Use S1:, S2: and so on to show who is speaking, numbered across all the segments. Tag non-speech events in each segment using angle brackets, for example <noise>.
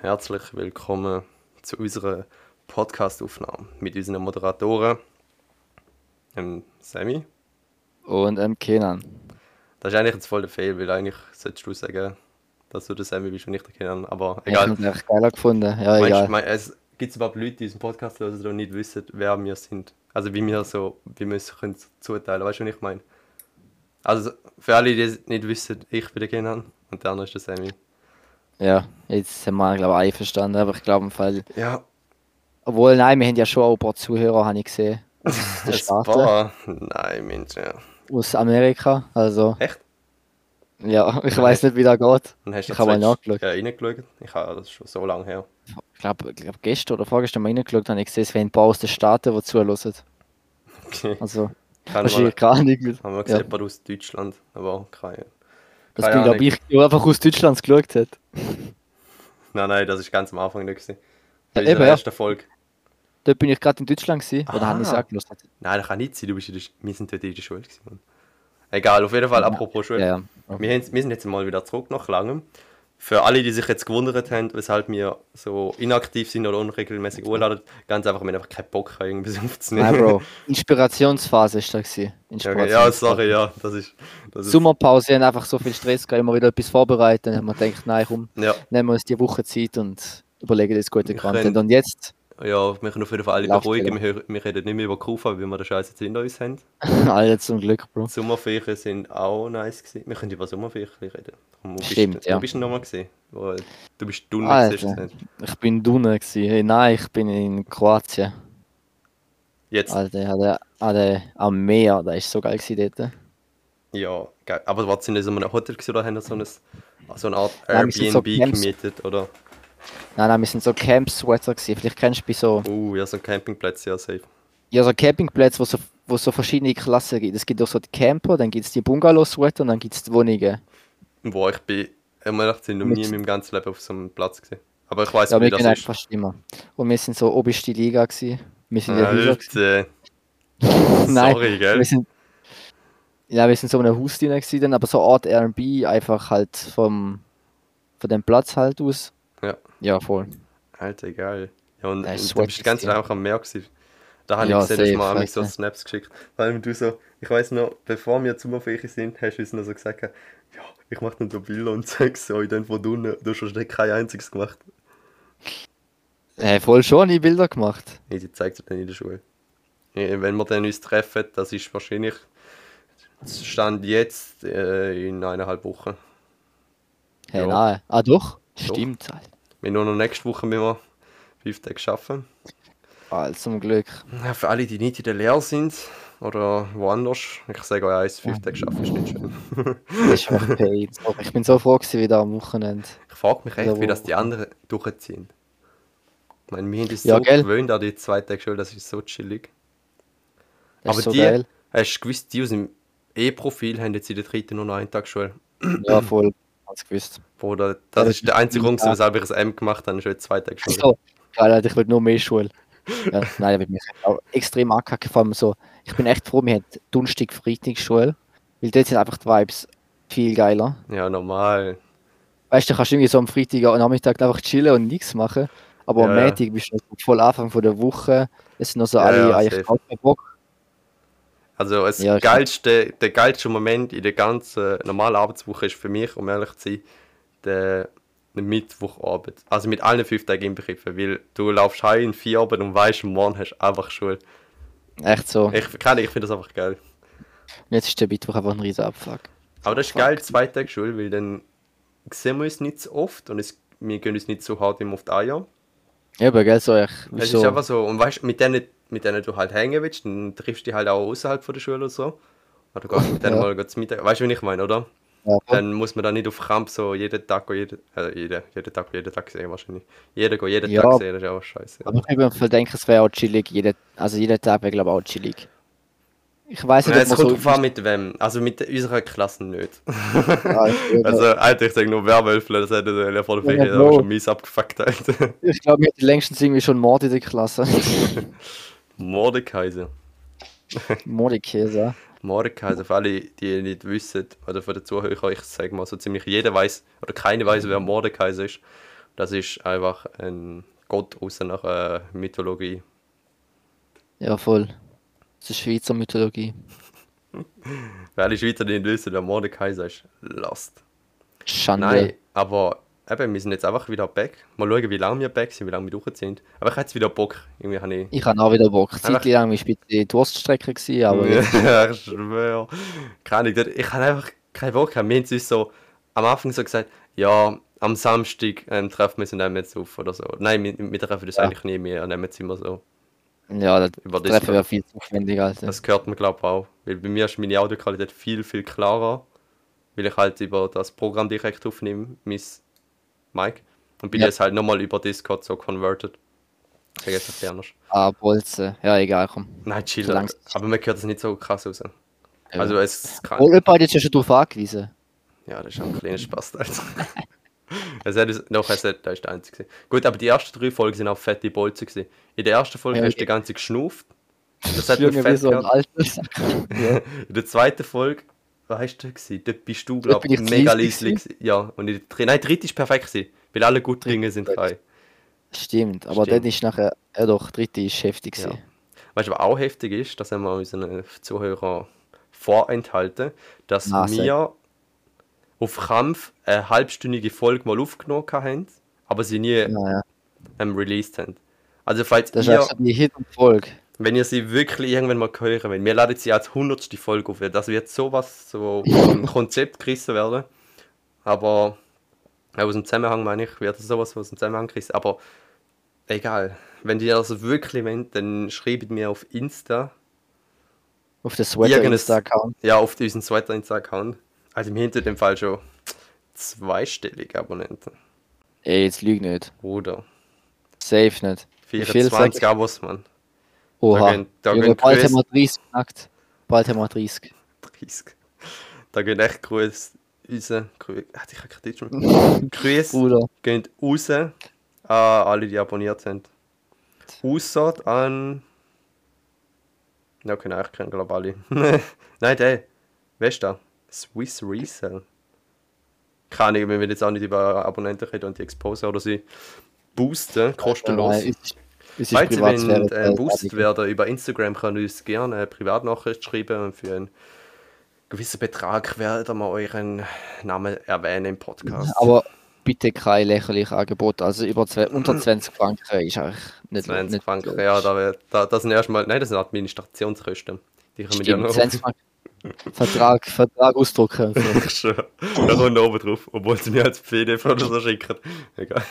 S1: herzlich willkommen zu unserer Podcastaufnahme mit unseren Moderatoren, dem Sammy.
S2: Und ähm, Kenan.
S1: Das ist eigentlich jetzt voll der Fail, weil eigentlich solltest du sagen, dass du der Sammy bist und nicht der Kenan, aber egal.
S2: Ich habe es geiler gefunden. Ja,
S1: Meinst,
S2: egal.
S1: mein, es gibt überhaupt Leute, die unseren Podcast hören die also nicht wissen, wer wir sind. Also wie wir so, wie wir es können zuteilen. Weißt du, was ich meine? Also für alle, die es nicht wissen, ich bin der Kenan und der andere ist der Sammy.
S2: Ja, jetzt haben wir, glaube ich, einverstanden. Aber ich glaube, im Fall.
S1: Ja,
S2: Obwohl, nein, wir haben ja schon auch ein paar Zuhörer, habe ich gesehen.
S1: <laughs>
S2: Aus der
S1: es
S2: Staaten,
S1: war. Nein, Mensch, ja.
S2: aus Amerika. Also,
S1: Echt?
S2: ja, <laughs> ich weiß nicht, wie das geht.
S1: Dann hast du
S2: Ich habe mal nachgeschaut.
S1: Ja, reingeschaut. Ich habe das ist schon so lange her. <laughs>
S2: Ich glaube, ich glaub, gestern oder vorgestern mal reingeschaut, habe ich gesehen, es wären ein paar aus den Staaten, die zuhören.
S1: Okay.
S2: Also,
S1: Kann man,
S2: wahrscheinlich gar nicht. mit-
S1: haben wir
S2: Ja.
S1: gesehen, ja. aus Deutschland, aber keine.
S2: Das
S1: keine
S2: bin, glaube
S1: Ahnung.
S2: ich, der einfach aus Deutschland geschaut hat.
S1: Nein, nein, das ist ganz am Anfang nicht. gewesen.
S2: Ja,
S1: Bei unserer
S2: eben, ja.
S1: ersten Folge.
S2: Dort bin ich gerade in Deutschland gewesen, oder habe ich es
S1: Ah.
S2: angelassen?
S1: Nein, das kann nicht sein, du bist in der, Sch- wir sind dort in der Schule. Gewesen, Mann. Egal, auf jeden Fall, apropos Schule.
S2: Ja, ja.
S1: Wir, haben, wir sind jetzt mal wieder zurück nach langem. Für alle, die sich jetzt gewundert haben, weshalb wir so inaktiv sind oder unregelmäßig urladen, ganz einfach, wir haben einfach keinen Bock, haben, irgendwas aufzunehmen.
S2: Nein,
S1: <laughs>
S2: Bro. Inspirationsphase ist da gewesen.
S1: Ja, okay. ja,
S2: Inspirationsphase.
S1: sorry, ja, das ist. Das ist
S2: Sommerpause, wir haben einfach so viel Stress gehabt, immer wieder etwas vorbereiten. Dann haben wir gedacht, nein, komm,
S1: ja,
S2: nehmen wir uns die Woche Zeit und überlegen das gute
S1: Wir
S2: Content.
S1: können-
S2: Und jetzt, <laughs>
S1: ja, wir können auf jeden Fall alle
S2: Läuft
S1: beruhigen.
S2: wieder.
S1: Wir, hö- wir reden nicht mehr über Kufa, weil wir den Scheiß jetzt hinter uns haben.
S2: alle zum Glück, Bro.
S1: Die Sommerferien sind auch nice gewesen. Wir können über Sommerferien reden. Komm, wo
S2: Stimmt,
S1: bist, du-
S2: ja. Also.
S1: Wo bist du nochmal gesehen? Wo- Du bist dünn
S2: Alter.
S1: gewesen.
S2: Ich bin Dune gewesen. Hey, nein, ich bin in Kroatien.
S1: Jetzt,
S2: Alter, an der, an der, am Meer, da ist so geil gewesen dort.
S1: ja, geil. Aber was sind das in einem Hotel gewesen oder haben das so, ein, so eine Art
S2: Nein, wir sind so
S1: Airbnb
S2: Camps.
S1: gemietet? Oder?
S2: Nein, nein, wir sind so Camp-Sweater gewesen. Vielleicht kennst du bei so,
S1: Uh, ja, so ein Campingplatz, ja, safe.
S2: ja, so Campingplätze, wo so, wo so verschiedene Klassen gibt. Es gibt auch so die Camper, dann gibt es die Bungalow-Sweater und dann gibt es die Wohnungen.
S1: Boah, ich bin, um ehrlich zu sein, noch nie
S2: Mit-
S1: in meinem ganzen Leben auf so einem Platz gewesen. Aber ich weiß,
S2: Ja,
S1: wie
S2: wir
S1: das
S2: gehen
S1: ist.
S2: einfach immer. Und wir sind so oberste Liga gewesen. Wir sind ja Hühner gewesen.
S1: Alter, <laughs>
S2: Nein,
S1: sorry,
S2: wir
S1: gell?
S2: sind, ja, wir sind so in einem Haus drin gewesen, dann, aber so Art R&B einfach halt vom, von dem Platz halt aus.
S1: Ja.
S2: Ja, voll.
S1: Alter, geil. Halt, Ja, und,
S2: Das ist
S1: und du
S2: sweat
S1: bist die ganze Zeit
S2: gewesen.
S1: einfach am Meer gewesen. Da habe
S2: Ja,
S1: ich gesehen, dass du
S2: safe,
S1: mir
S2: weiss
S1: amigs so
S2: nicht.
S1: Snaps geschickt Vor allem du so, ich weiß noch, bevor wir zum Aufweichen sind, hast du uns noch so gesagt, ja, ich mache dann so Bilder und zeig so in den von unten. Du hast wahrscheinlich kein einziges gemacht.
S2: Äh, voll schon, ich Bilder gemacht.
S1: Nee, die zeigt es dann in der Schule. Ja, Wenn wir dann uns treffen, das ist wahrscheinlich, das stand jetzt äh, in eineinhalb Wochen.
S2: Hey,
S1: Ja.
S2: nein. Ah, doch? Stimmt.
S1: Wir nur noch nächste Woche müssen wir fünf Tage arbeiten.
S2: Also zum Glück.
S1: Ja, für alle, die nicht in der Lehre sind oder woanders, ich sage euch eins, fünf Tage arbeiten ist nicht schön.
S2: Das ist echt paid. Ich bin so froh gewesen, wieder am Wochenende.
S1: ich frage mich echt,
S2: Ja,
S1: wie
S2: wo-
S1: das die anderen durchziehen. Ich meine, wir haben uns
S2: Ja,
S1: so
S2: gell?
S1: gewöhnt an die zwei Tage Schule, das ist so chillig.
S2: Das
S1: Aber
S2: ist so
S1: die,
S2: geil.
S1: hast du gewusst, die aus dem E-Profil haben jetzt in der dritten nur noch einen Tag Schule.
S2: Ja, voll. Ganz gewusst.
S1: Oder das
S2: Ja,
S1: ist der einzige Grund,
S2: ja.
S1: weshalb ich das M gemacht habe, ist jetzt zwei Tage Schule.
S2: So, geil, Alter, ich will nur mehr Schule. Ja, nein, ich mich auch extrem angekackt. Vor allem so, ich bin echt froh, wir haben Donnerstag, Freitag Schule, weil dort sind einfach die Vibes viel geiler.
S1: Ja, normal.
S2: Weißt du, da kannst du irgendwie so am Freitag am Nachmittag einfach chillen und nichts machen. Aber am
S1: Ja, ja.
S2: Montag bist du noch voll Anfang von der Woche. Es sind noch so
S1: Ja,
S2: alle
S1: ja,
S2: eigentlich
S1: safe.
S2: auch keinen Bock.
S1: Also das
S2: Ja, ich-
S1: geilste, der geilste Moment in der ganzen normalen Arbeitswoche ist für mich, um ehrlich zu sein, der der Mittwochabend. Also mit allen fünf Tagen inbegriffen, weil du laufst heim in vier Abend und weißt, um morgen hast du einfach Schule.
S2: Echt so. Und
S1: Ich, keine, ich finde das einfach geil.
S2: jetzt ist der Mittwoch einfach ein riesen Abfuck.
S1: Aber das ist geil, zwei Tage Schule, weil dann sehen wir uns nicht so oft und es, wir gehen uns nicht so hart immer auf die Eier.
S2: Ja, aber gell, so ich.
S1: Es
S2: so,
S1: ist einfach so, und weißt du, mit denen, mit denen du halt hängen willst, dann triffst du die halt auch außerhalb von der Schule oder so. Oder du gehst mit denen
S2: Ja.
S1: mal zum Mittag. Weißt du, wie ich meine, oder?
S2: ja,
S1: Dann muss man da nicht auf Kampf so jeden Tag, gehen, jeden, äh, jeden, jeden Tag, jeden Tag sehen wahrscheinlich. Jeder geht jeden
S2: Ja.
S1: Tag sehen, das ist auch scheiße.
S2: aber ich würde mir denken, es wäre auch chillig. Jeder, also jeder Tag wäre, glaube ich, auch chillig. Ich weiß
S1: Ja,
S2: nicht, ob
S1: es
S2: man
S1: kommt
S2: so.
S1: drauf an, mit wem. Also mit unserer Klasse nicht.
S2: <laughs> Ja,
S1: Also, Alter, ich sag nur Werwölfle, das hätte der vor der
S2: genau. Ja, genau.
S1: Ferien
S2: Bro.
S1: aber schon mies abgefuckt, Alter.
S2: Ich glaube, wir hatten längstens irgendwie schon Mord in
S1: <laughs>
S2: der Klasse.
S1: Mordekaiser.
S2: Mordekaiser.
S1: Mordekaiser, für alle, die nicht wissen, oder für die Zuhörer, ich sage mal so ziemlich jeder weiß, oder keiner weiß, wer Mordekaiser ist. Das ist einfach ein Gott aus einer äh, Mythologie.
S2: Ja, voll. Das ist Schweizer Mythologie.
S1: Weil die Schweizer nicht wissen, der Mordekaiser ist lost.
S2: Schande.
S1: Nein, aber eben, wir sind jetzt einfach wieder back. Mal schauen, wie lange wir back sind, wie lange wir durch sind. Aber ich habe jetzt wieder Bock. Irgendwie habe ich...
S2: Ich habe auch wieder Bock.
S1: Einfach-
S2: Zeitlang war ich ein bisschen Durststrecke,
S1: <laughs>
S2: gewesen, aber jetzt
S1: Ja, ich schwöre. Keine Ahnung, ich habe einfach keinen Bock gehabt. Wir haben uns so am Anfang so gesagt, ja, am Samstag ähm, treffen wir uns und nehmen jetzt auf oder so. Nein, wir, wir treffen uns
S2: Ja.
S1: eigentlich nie mehr und nehmen es immer so.
S2: ja, das
S1: Über das
S2: Treffen wäre viel zu aufwendig, Alter.
S1: Das gehört mir, glaube ich, auch. Weil bei mir ist meine Audioqualität viel, viel klarer. Weil ich halt über das Programm direkt aufnehme, mein Mic. Und bin
S2: Ja.
S1: jetzt halt nochmal über Discord so converted. Ich sage jetzt nicht anders.
S2: Ah, Bolzen. Ja, egal, komm.
S1: Nein, chill.
S2: Solange-
S1: Aber man hört das nicht so krass raus.
S2: Ja.
S1: Also es kann.
S2: Und jemand hat jetzt schon darauf angewiesen.
S1: Ja, das ist auch ein kleiner Spaß. Also. <laughs> es hat, doch, es hat, das ist der einzige. gewesen. Gut, aber die ersten drei Folgen sind auch fette Bolzen. Gewesen. In der ersten Folge
S2: Ja,
S1: hast du
S2: okay.
S1: die ganze geschnauft. Das hat mir
S2: Junge, wie
S1: fett
S2: so ein
S1: gehabt.
S2: alter Sack. ja.
S1: In der zweiten Folge, was hast du gewesen? Dort bist du,
S2: Dort
S1: glaube
S2: bin
S1: ich,
S2: ich
S1: mega
S2: leise
S1: leislich. Ja, und in der dritten, nein, die dritte ist perfekt gewesen, weil alle guten Dinge sind drei.
S2: Perfekt. <laughs> Stimmt, aber
S1: Stimmt.
S2: dann ist nachher, ja doch, dritte ist heftig.
S1: Ja.
S2: Ja.
S1: Weißt du, was auch heftig ist, das haben wir unseren äh, Zuhörern vorenthalten, dass
S2: Na, sag.
S1: wir auf Kampf eine halbstündige Folge mal aufgenommen haben, aber sie nie
S2: Naja,
S1: ähm, released haben. Also falls
S2: das ist
S1: ihr,
S2: also die Hit und Folge.
S1: wenn ihr sie wirklich irgendwann mal hören wollt, wir laden sie als hundertste Folge auf, das wird sowas so
S2: <laughs>
S1: vom Konzept gerissen werden, aber ja, aus dem Zusammenhang meine ich, wird das sowas aus dem Zusammenhang gerissen, aber egal. Wenn ihr das wirklich wollt, dann schreibt mir auf Insta,
S2: Auf den Sweater
S1: Irgendes-
S2: Insta-Account.
S1: Ja, auf unseren zweiten Insta-Account. Also im hinter dem Fall schon zweistellige Abonnenten.
S2: Ey, jetzt lüg nicht.
S1: Bruder.
S2: Safe nicht. Wie viel sag
S1: 24
S2: ich?
S1: Abos, Mann. Da
S2: Oha.
S1: gehen- da
S2: Junge,
S1: gehen
S2: bald
S1: Grüße.
S2: haben wir 30 knackt. Bald haben wir 30.
S1: 30. Da gehen echt Grüße. Unsere Grüße. Ah, ich habe kein Deutsch mehr. Grüße
S2: Bruder.
S1: gehen raus an alle, die abonniert sind. Außer an. Ja, okay, nein, ich kenne glaube alle. <laughs> nein, der. Wer ist da? Swiss Resell. Keine Ahnung, wir will jetzt auch nicht über Abonnenten reden und die exposen oder sie boosten, kostenlos.
S2: Nein, es Äh, ist- Es ist
S1: Falls ihr
S2: Privatsphäre.
S1: wollt, äh,
S2: äh,
S1: boostet
S2: fertig.
S1: werden über Instagram, könnt ihr uns gerne eine Privatnachricht schreiben und für einen gewissen Betrag werden wir euren Namen erwähnen im Podcast.
S2: Aber bitte kein lächerliches Angebot. Also
S1: <clears throat>
S2: über zwei, unter 20 Franken ist eigentlich nicht
S1: 20
S2: nicht-
S1: Franken, ja, da, wär- da, das sind erstmal, nein, das sind Administrationskosten. Die können wir ja
S2: Stimmt,
S1: noch
S2: 20 Franken.
S1: <laughs>
S2: Vertrag, Vertrag ausdrucken. So.
S1: Schön. Da kommt noch oben drauf, obwohl sie mir als PDF oder so schicken. Egal.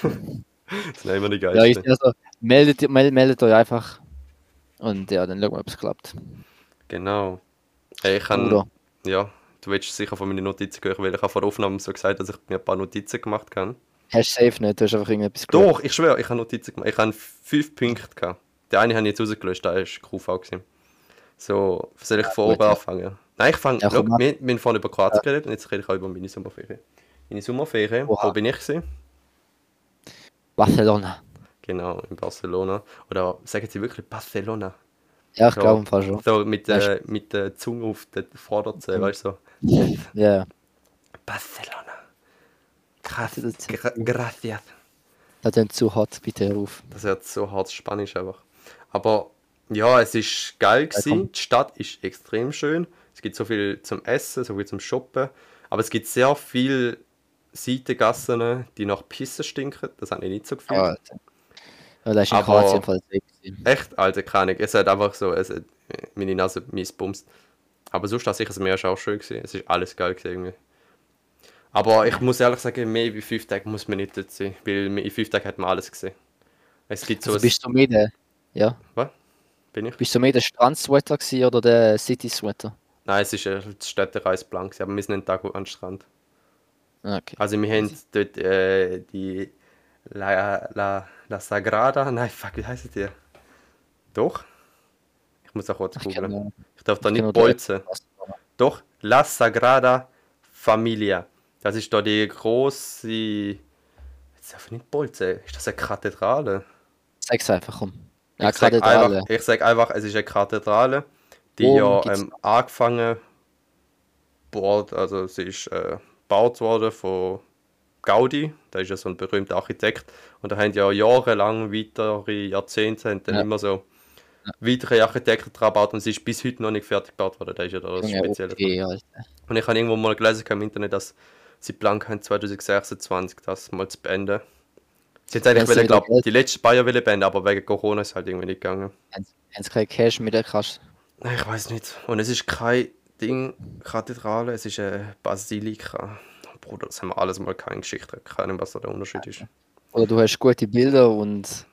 S1: Das nehmen wir die
S2: ja, ich,
S1: Geister.
S2: also, meldet, meldet, meldet euch einfach. Und ja, dann schauen wir, ob es klappt.
S1: Genau. Hey, ich kann,
S2: Bruder.
S1: ja, du willst sicher von meinen Notizen hören, weil ich habe vor der Aufnahme so gesagt, dass ich mir ein paar Notizen gemacht habe.
S2: Hast du safe nicht, du hast einfach irgendetwas
S1: Doch, ich schwöre, ich habe Notizen gemacht. Ich habe fünf Punkte gehabt. Der eine habe ich jetzt rausgelöscht, der ist QV. Gewesen. So, soll ich von
S2: gut,
S1: oben
S2: ja.
S1: anfangen? Nein, ich fange.
S2: Ja, komm,
S1: wir,
S2: mach.
S1: wir haben vorhin über Kroatien geredet und jetzt rede ich auch über meine Sommerferien. Meine Sommerferien,
S2: Oha.
S1: wo bin ich? Gewesen?
S2: Barcelona.
S1: Genau, in Barcelona. Oder sagen sie wirklich Barcelona?
S2: Ja, ich
S1: Ja.
S2: glaube im Fall schon.
S1: So mit,
S2: Ja, Mhm.
S1: äh, mit der Zunge auf der Vorderzähne, weißt du? So.
S2: Ja,
S1: Barcelona. Krass.
S2: Das ist-
S1: Gra gracias.
S2: da dann zu hart, bitte ruf.
S1: Das wird so hart Spanisch einfach. Aber ja, es ist geil gewesen. Die Stadt ist extrem schön. Es gibt so viel zum Essen, so viel zum Shoppen. Aber es gibt sehr viele Seitengassen, die nach Pisse stinken. Das habe ich nicht so gefühlt.
S2: Alter. Ja, da ist in
S1: Aber-
S2: Kroatien im Fall safe. gewesen.
S1: Echt, alte Kranik. Es hat einfach so, es hat äh, meine Nase mies bumst. Aber sonst das sicher das Meer ist auch schön gewesen. Es ist alles geil gewesen irgendwie. Aber ich muss ehrlich sagen, mehr wie fünf Tage muss man nicht dort sein, weil in fünf Tagen hat man alles gesehen. Es gibt so
S2: Also
S1: ein-
S2: bist du mehr der, ja,
S1: Was? Bin ich?
S2: bist du mehr der Strandsweater gewesen oder der City-Sweater?
S1: Nein, es ist äh, ein Städtereisplan, gewesen, aber wir sind einen Tag an den Strand.
S2: Ah, Okay.
S1: Also wir haben dort äh, die La, La, La Sagrada, nein, fuck, wie heißt die? Doch? Ich muss auch kurz
S2: Ich kenn,
S1: googeln.
S2: äh,
S1: Ich darf da
S2: ich kenn
S1: nicht
S2: nur den-
S1: bolzen. Doch, La Sagrada Familia. Das ist da die große... Jetzt darf ich nicht bolzen. Ist das eine Kathedrale?
S2: Sag's einfach, komm. Ja,
S1: ich, sag
S2: Kathedrale.
S1: einfach, ich sag einfach, es ist eine Kathedrale, die
S2: Worum
S1: ja
S2: geht's?
S1: ähm, angefangen wurde, also sie ist äh, gebaut worden von Gaudi, der ist ja so ein berühmter Architekt, und da haben ja jahrelang, weitere Jahrzehnte, haben dann
S2: Ja.
S1: immer so weitere Architekten dran gebaut und es ist bis heute noch nicht fertig gebaut worden. Das ist ja da das
S2: Junge,
S1: Spezielle.
S2: okay, Alter.
S1: Und ich habe irgendwo mal gelesen im Internet, dass sie blank haben, 2026 das mal zu beenden. Sie hätten
S2: Das
S1: eigentlich,
S2: ist
S1: wollen,
S2: wieder
S1: glaub,
S2: Geld.
S1: die letzten paar Jahre wollen beenden, aber wegen Corona ist es halt irgendwie nicht gegangen.
S2: Wenn du kein Cash mit dir kannst,
S1: Nein, ich weiß nicht. Und es ist kein Ding, Kathedrale, es ist eine Basilika. Bruder, das haben wir alles mal keine Geschichte. Keine Ahnung, was da der Unterschied ist. <laughs>
S2: oder du hast gute Bilder und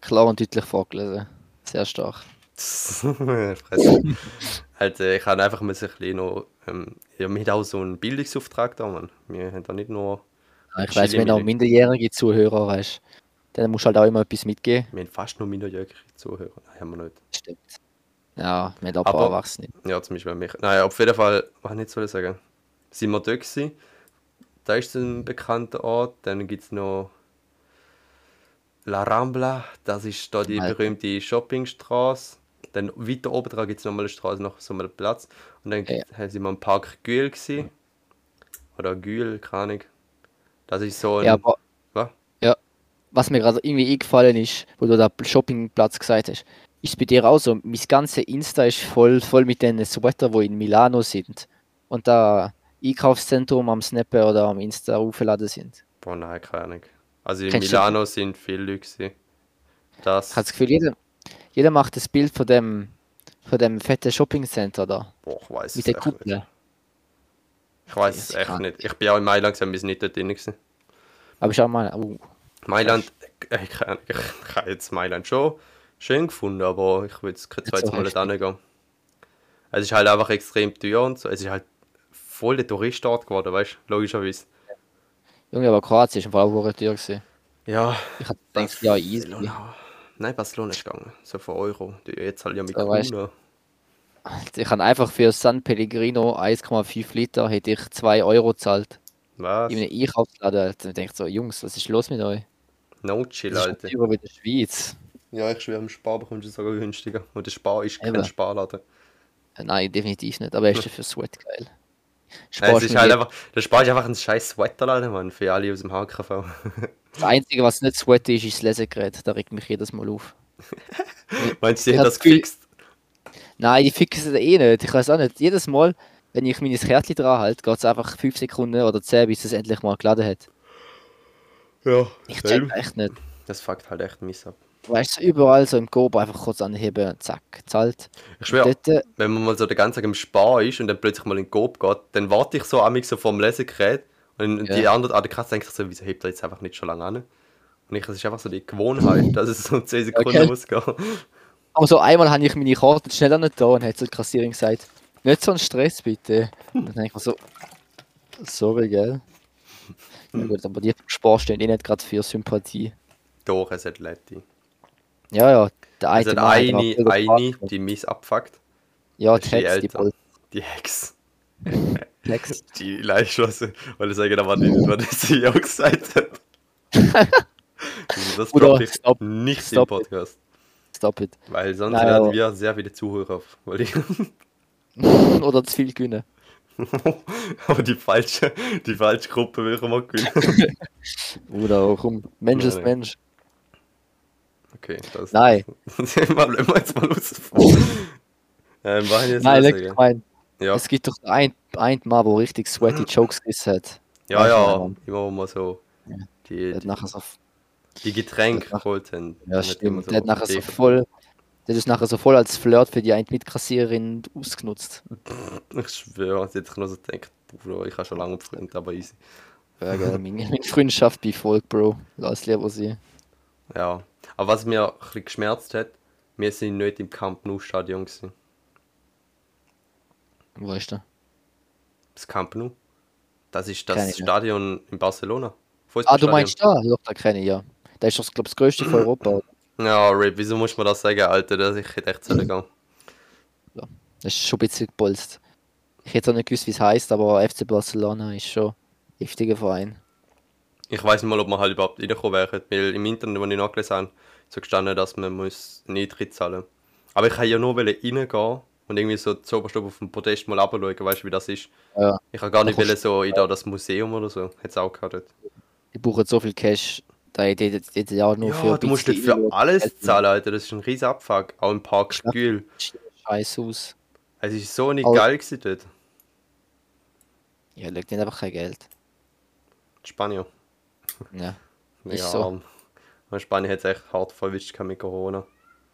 S2: klar und deutlich vorgelesen. Sehr stark.
S1: Fresse. halt, äh, ich habe einfach mal so ein bisschen noch. Ähm, ja, wir haben auch so einen Bildungsauftrag da, Mann. Wir haben da nicht nur.
S2: Ich weiß, wenn auch
S1: Chili-Milch.
S2: minderjährige Zuhörer hast, dann musst du halt auch immer etwas mitgeben.
S1: Wir haben fast nur minderjährige Zuhörer. Nein, haben wir nicht.
S2: Stimmt. Ja, mit ein paar
S1: Aber-
S2: Erwachsenen.
S1: Ja, zum Beispiel mich. Naja, auf jeden Fall, was nicht soll ich sagen. Sind wir dort gewesen. Da ist ein bekannter Ort. Dann gibt es noch La Rambla. Das ist da die
S2: Alter.
S1: berühmte Shoppingstraße. Dann weiter oben dran gibt es nochmal eine Straße, noch so einen Platz. Und dann
S2: Ja.
S1: haben sie mal im Park Gühl gewesen. Oder Gühl, keine Ahnung. Das ist so ein.
S2: Ja, aber
S1: was?
S2: was mir gerade irgendwie eingefallen ist, wo du da Shoppingplatz gesagt hast, ist bei dir auch so, mein ganze Insta ist voll, voll mit den Sweater, wo in Milano sind und da Einkaufszentrum am Snappen oder am Insta aufgeladen sind.
S1: Boah, nein, keine Ahnung. Also in
S2: Kennst du-
S1: Milano sind viele Leute. gewesen. Das.
S2: Ich habe das Gefühl, jeder, jeder macht das Bild von dem, von dem fetten Shoppingcenter da,
S1: Boah, ich weiß
S2: mit
S1: es
S2: der
S1: echt nicht.
S2: Kuppel.
S1: Ich weiß es
S2: Ja,
S1: echt
S2: krank.
S1: nicht. Ich bin auch in Mailand, gewesen, wir sind nicht dort drin. gewesen.
S2: Aber schau mal, uh,
S1: Mailand, äh, ich, kann- ich, ich habe jetzt Mailand schon schön gefunden, aber ich würde jetzt kein
S2: Nicht
S1: zweites
S2: so
S1: Mal
S2: heftig.
S1: da gehen. Es ist halt einfach extrem teuer und so. Es ist halt voll der Touristort geworden, weißt du, logischerweise.
S2: Junge, aber Kroatien ist im Fall auch hure teuer gewesen.
S1: Ja,
S2: Ich hab gedacht, ja, easy.
S1: Barcelona. Nein, Barcelona ist gegangen. So für Euro. Jetzt halt ja mit
S2: Ja, weißt
S1: Corona.
S2: Ich habe einfach für San Pellegrino 1,5 Liter hätte ich 2 Euro gezahlt.
S1: Was?
S2: in einem Einkaufsladen dann denkt so, Jungs, was ist los mit euch?
S1: No chill,
S2: Das ist
S1: Alter.
S2: über wie der Schweiz.
S1: Ja, ich schwöre, im Spar bekommst du sogar günstiger. Und der Spar ist kein
S2: Eben.
S1: Sparladen.
S2: Äh, Nein, definitiv nicht. Aber er ist dafür Sweat geil.
S1: Hm. Nein,
S2: Spar
S1: es
S2: ist
S1: ist
S2: mir
S1: halt
S2: lieb.
S1: einfach, der Spar ist einfach ein scheiß Sweaterladen, Mann, für alle aus dem HKV.
S2: Das Einzige, was nicht Sweat ist, ist das Lesegerät. Da regt mich jedes Mal auf.
S1: <laughs> Meinst du, die
S2: Ich
S1: haben
S2: hab
S1: das
S2: das Gefühl-
S1: gefixt?
S2: Nein, die fixen es eh nicht. Ich weiß auch nicht. Jedes Mal, wenn ich mein Kärtchen dran halte, geht es einfach 5 Sekunden oder 10, bis es endlich mal geladen hat.
S1: Ja,
S2: Ich check echt nicht.
S1: das fuckt halt echt mies ab.
S2: Weißt du, überall so im Gob einfach kurz anheben, zack, zahlt.
S1: Ich schwöre,
S2: Dort, äh,
S1: wenn man mal so den ganzen Tag im Spar ist und dann plötzlich mal in den Coop geht, dann warte ich so amig so vorm Lesegerät und die
S2: Ja.
S1: anderen an der Kasse denken sich so, wieso hebt er jetzt einfach nicht schon lange an? Und ich, das ist einfach so die Gewohnheit, <laughs> dass es so 10 Sekunden
S2: Okay.
S1: muss gehen.
S2: Aber so Also, einmal habe ich meine Karte schnell an da und hat zur Kassierin gesagt, nicht so einen Stress bitte. Und dann denke ich mir so, sorry, gell?
S1: Hm.
S2: Ja, gut, aber die Spar stehen eh nicht gerade für Sympathie.
S1: Doch, es hat Leute.
S2: Ja, ja, der
S1: Es
S2: eine,
S1: hat
S2: Mann hat
S1: Also, eine,
S2: aber viel
S1: eine,
S2: Spaß.
S1: die mies abfuckt.
S2: Ja,
S1: Das ist
S2: die
S1: die
S2: Hex, die
S1: Eltern.
S2: Bolt-
S1: Die Hex.
S2: Hex.
S1: Die Leitschlosse. Weil ich sage, da war nicht, was sie auch gesagt
S2: <laughs>
S1: hat. Also das
S2: Oder
S1: droppe ich
S2: stop-
S1: nicht
S2: stop it.
S1: im Podcast.
S2: Stop it. <laughs>
S1: Weil sonst
S2: Nein,
S1: werden
S2: aber-
S1: wir sehr viele Zuhörer verlieren.
S2: Oder zu viel gewinnen.
S1: <laughs> Aber die falsche, die falsche Gruppe will ich mal gewinnen.
S2: Oder komm, Mensch ist
S1: Nein.
S2: Mensch.
S1: Okay, das <laughs>
S2: Nein.
S1: das Thema bleiben wir jetzt mal aus. ähm, war jetzt
S2: Nein,
S1: los,
S2: leck, ich
S1: Digga?
S2: mein,
S1: ja.
S2: es gibt doch ein, ein Mal, wo
S1: <clears throat>
S2: richtig sweaty Jokes gerissen hat.
S1: ja, ja,
S2: Mann.
S1: immer wenn wir so
S2: Der
S1: die,
S2: hat nachher so
S1: die Getränke
S2: der hat nach-
S1: geholt haben.
S2: Ja,
S1: Dann hat immer
S2: stimmt. der hat nachher so
S1: Tee-
S2: voll. Der ist nachher so voll als Flirt für die eine Mitkassiererin ausgenutzt.
S1: <laughs> Ich schwöre, jetzt hätte ich noch so gedacht, Bruder, ich habe schon lange Freund, aber easy.
S2: <laughs> Ja, gell, meine, meine Freundschaft bei Volk, Bro. Lass lieber sie.
S1: Ja. Aber was mir ein bisschen geschmerzt hat, wir sind nicht im Camp Nou Stadion gewesen.
S2: Wo ist der?
S1: Das Camp Nou. Das ist das
S2: Keine Ahnung.
S1: Stadion in Barcelona.
S2: Ah, du
S1: Fußballstadion.
S2: meinst da? Ja, da kenne ich ja. Der ist doch, glaube ich, das größte von
S1: <clears throat>
S2: Europa.
S1: Ja, Rip, wieso muss man das sagen, Alter? Das ich hätte echt sollen gehen.
S2: Das ist schon ein bisschen gepolst. Ich hätte auch nicht gewusst, wie es heißt, aber FC Barcelona ist schon ein heftiger Verein.
S1: Ich weiß nicht mal, ob man halt überhaupt reinkommen wäre, weil im Internet, wo ich nachgelesen habe, so gestanden, dass man muss einen Eintritt zahlen Aber ich kann ja nur wollen reingehen und irgendwie so zuoberst oben auf dem Podest mal runterschauen, weißt du, wie das ist.
S2: Ja.
S1: Ich habe gar nicht
S2: Da
S1: wollen, so in da das Museum oder so. Hätte es auch gehabt. dort.
S2: Die brauchen so viel Cash, da ich das Jahr nur für
S1: Ja,
S2: ein
S1: du musst nicht
S2: bisschen
S1: für
S2: Inlot-
S1: alles zahlen, Alter. Das ist ein riesen Abfuck. Auch im Park
S2: Klar.
S1: Spül.
S2: Scheiß aus.
S1: Es ist so nicht
S2: Aber-
S1: geil gewesen dort.
S2: Ja, legt nicht einfach kein Geld.
S1: Spanien.
S2: Ja,
S1: Mega
S2: so.
S1: arm. Und Spanien hat es echt hart verwischt gehabt mit Corona.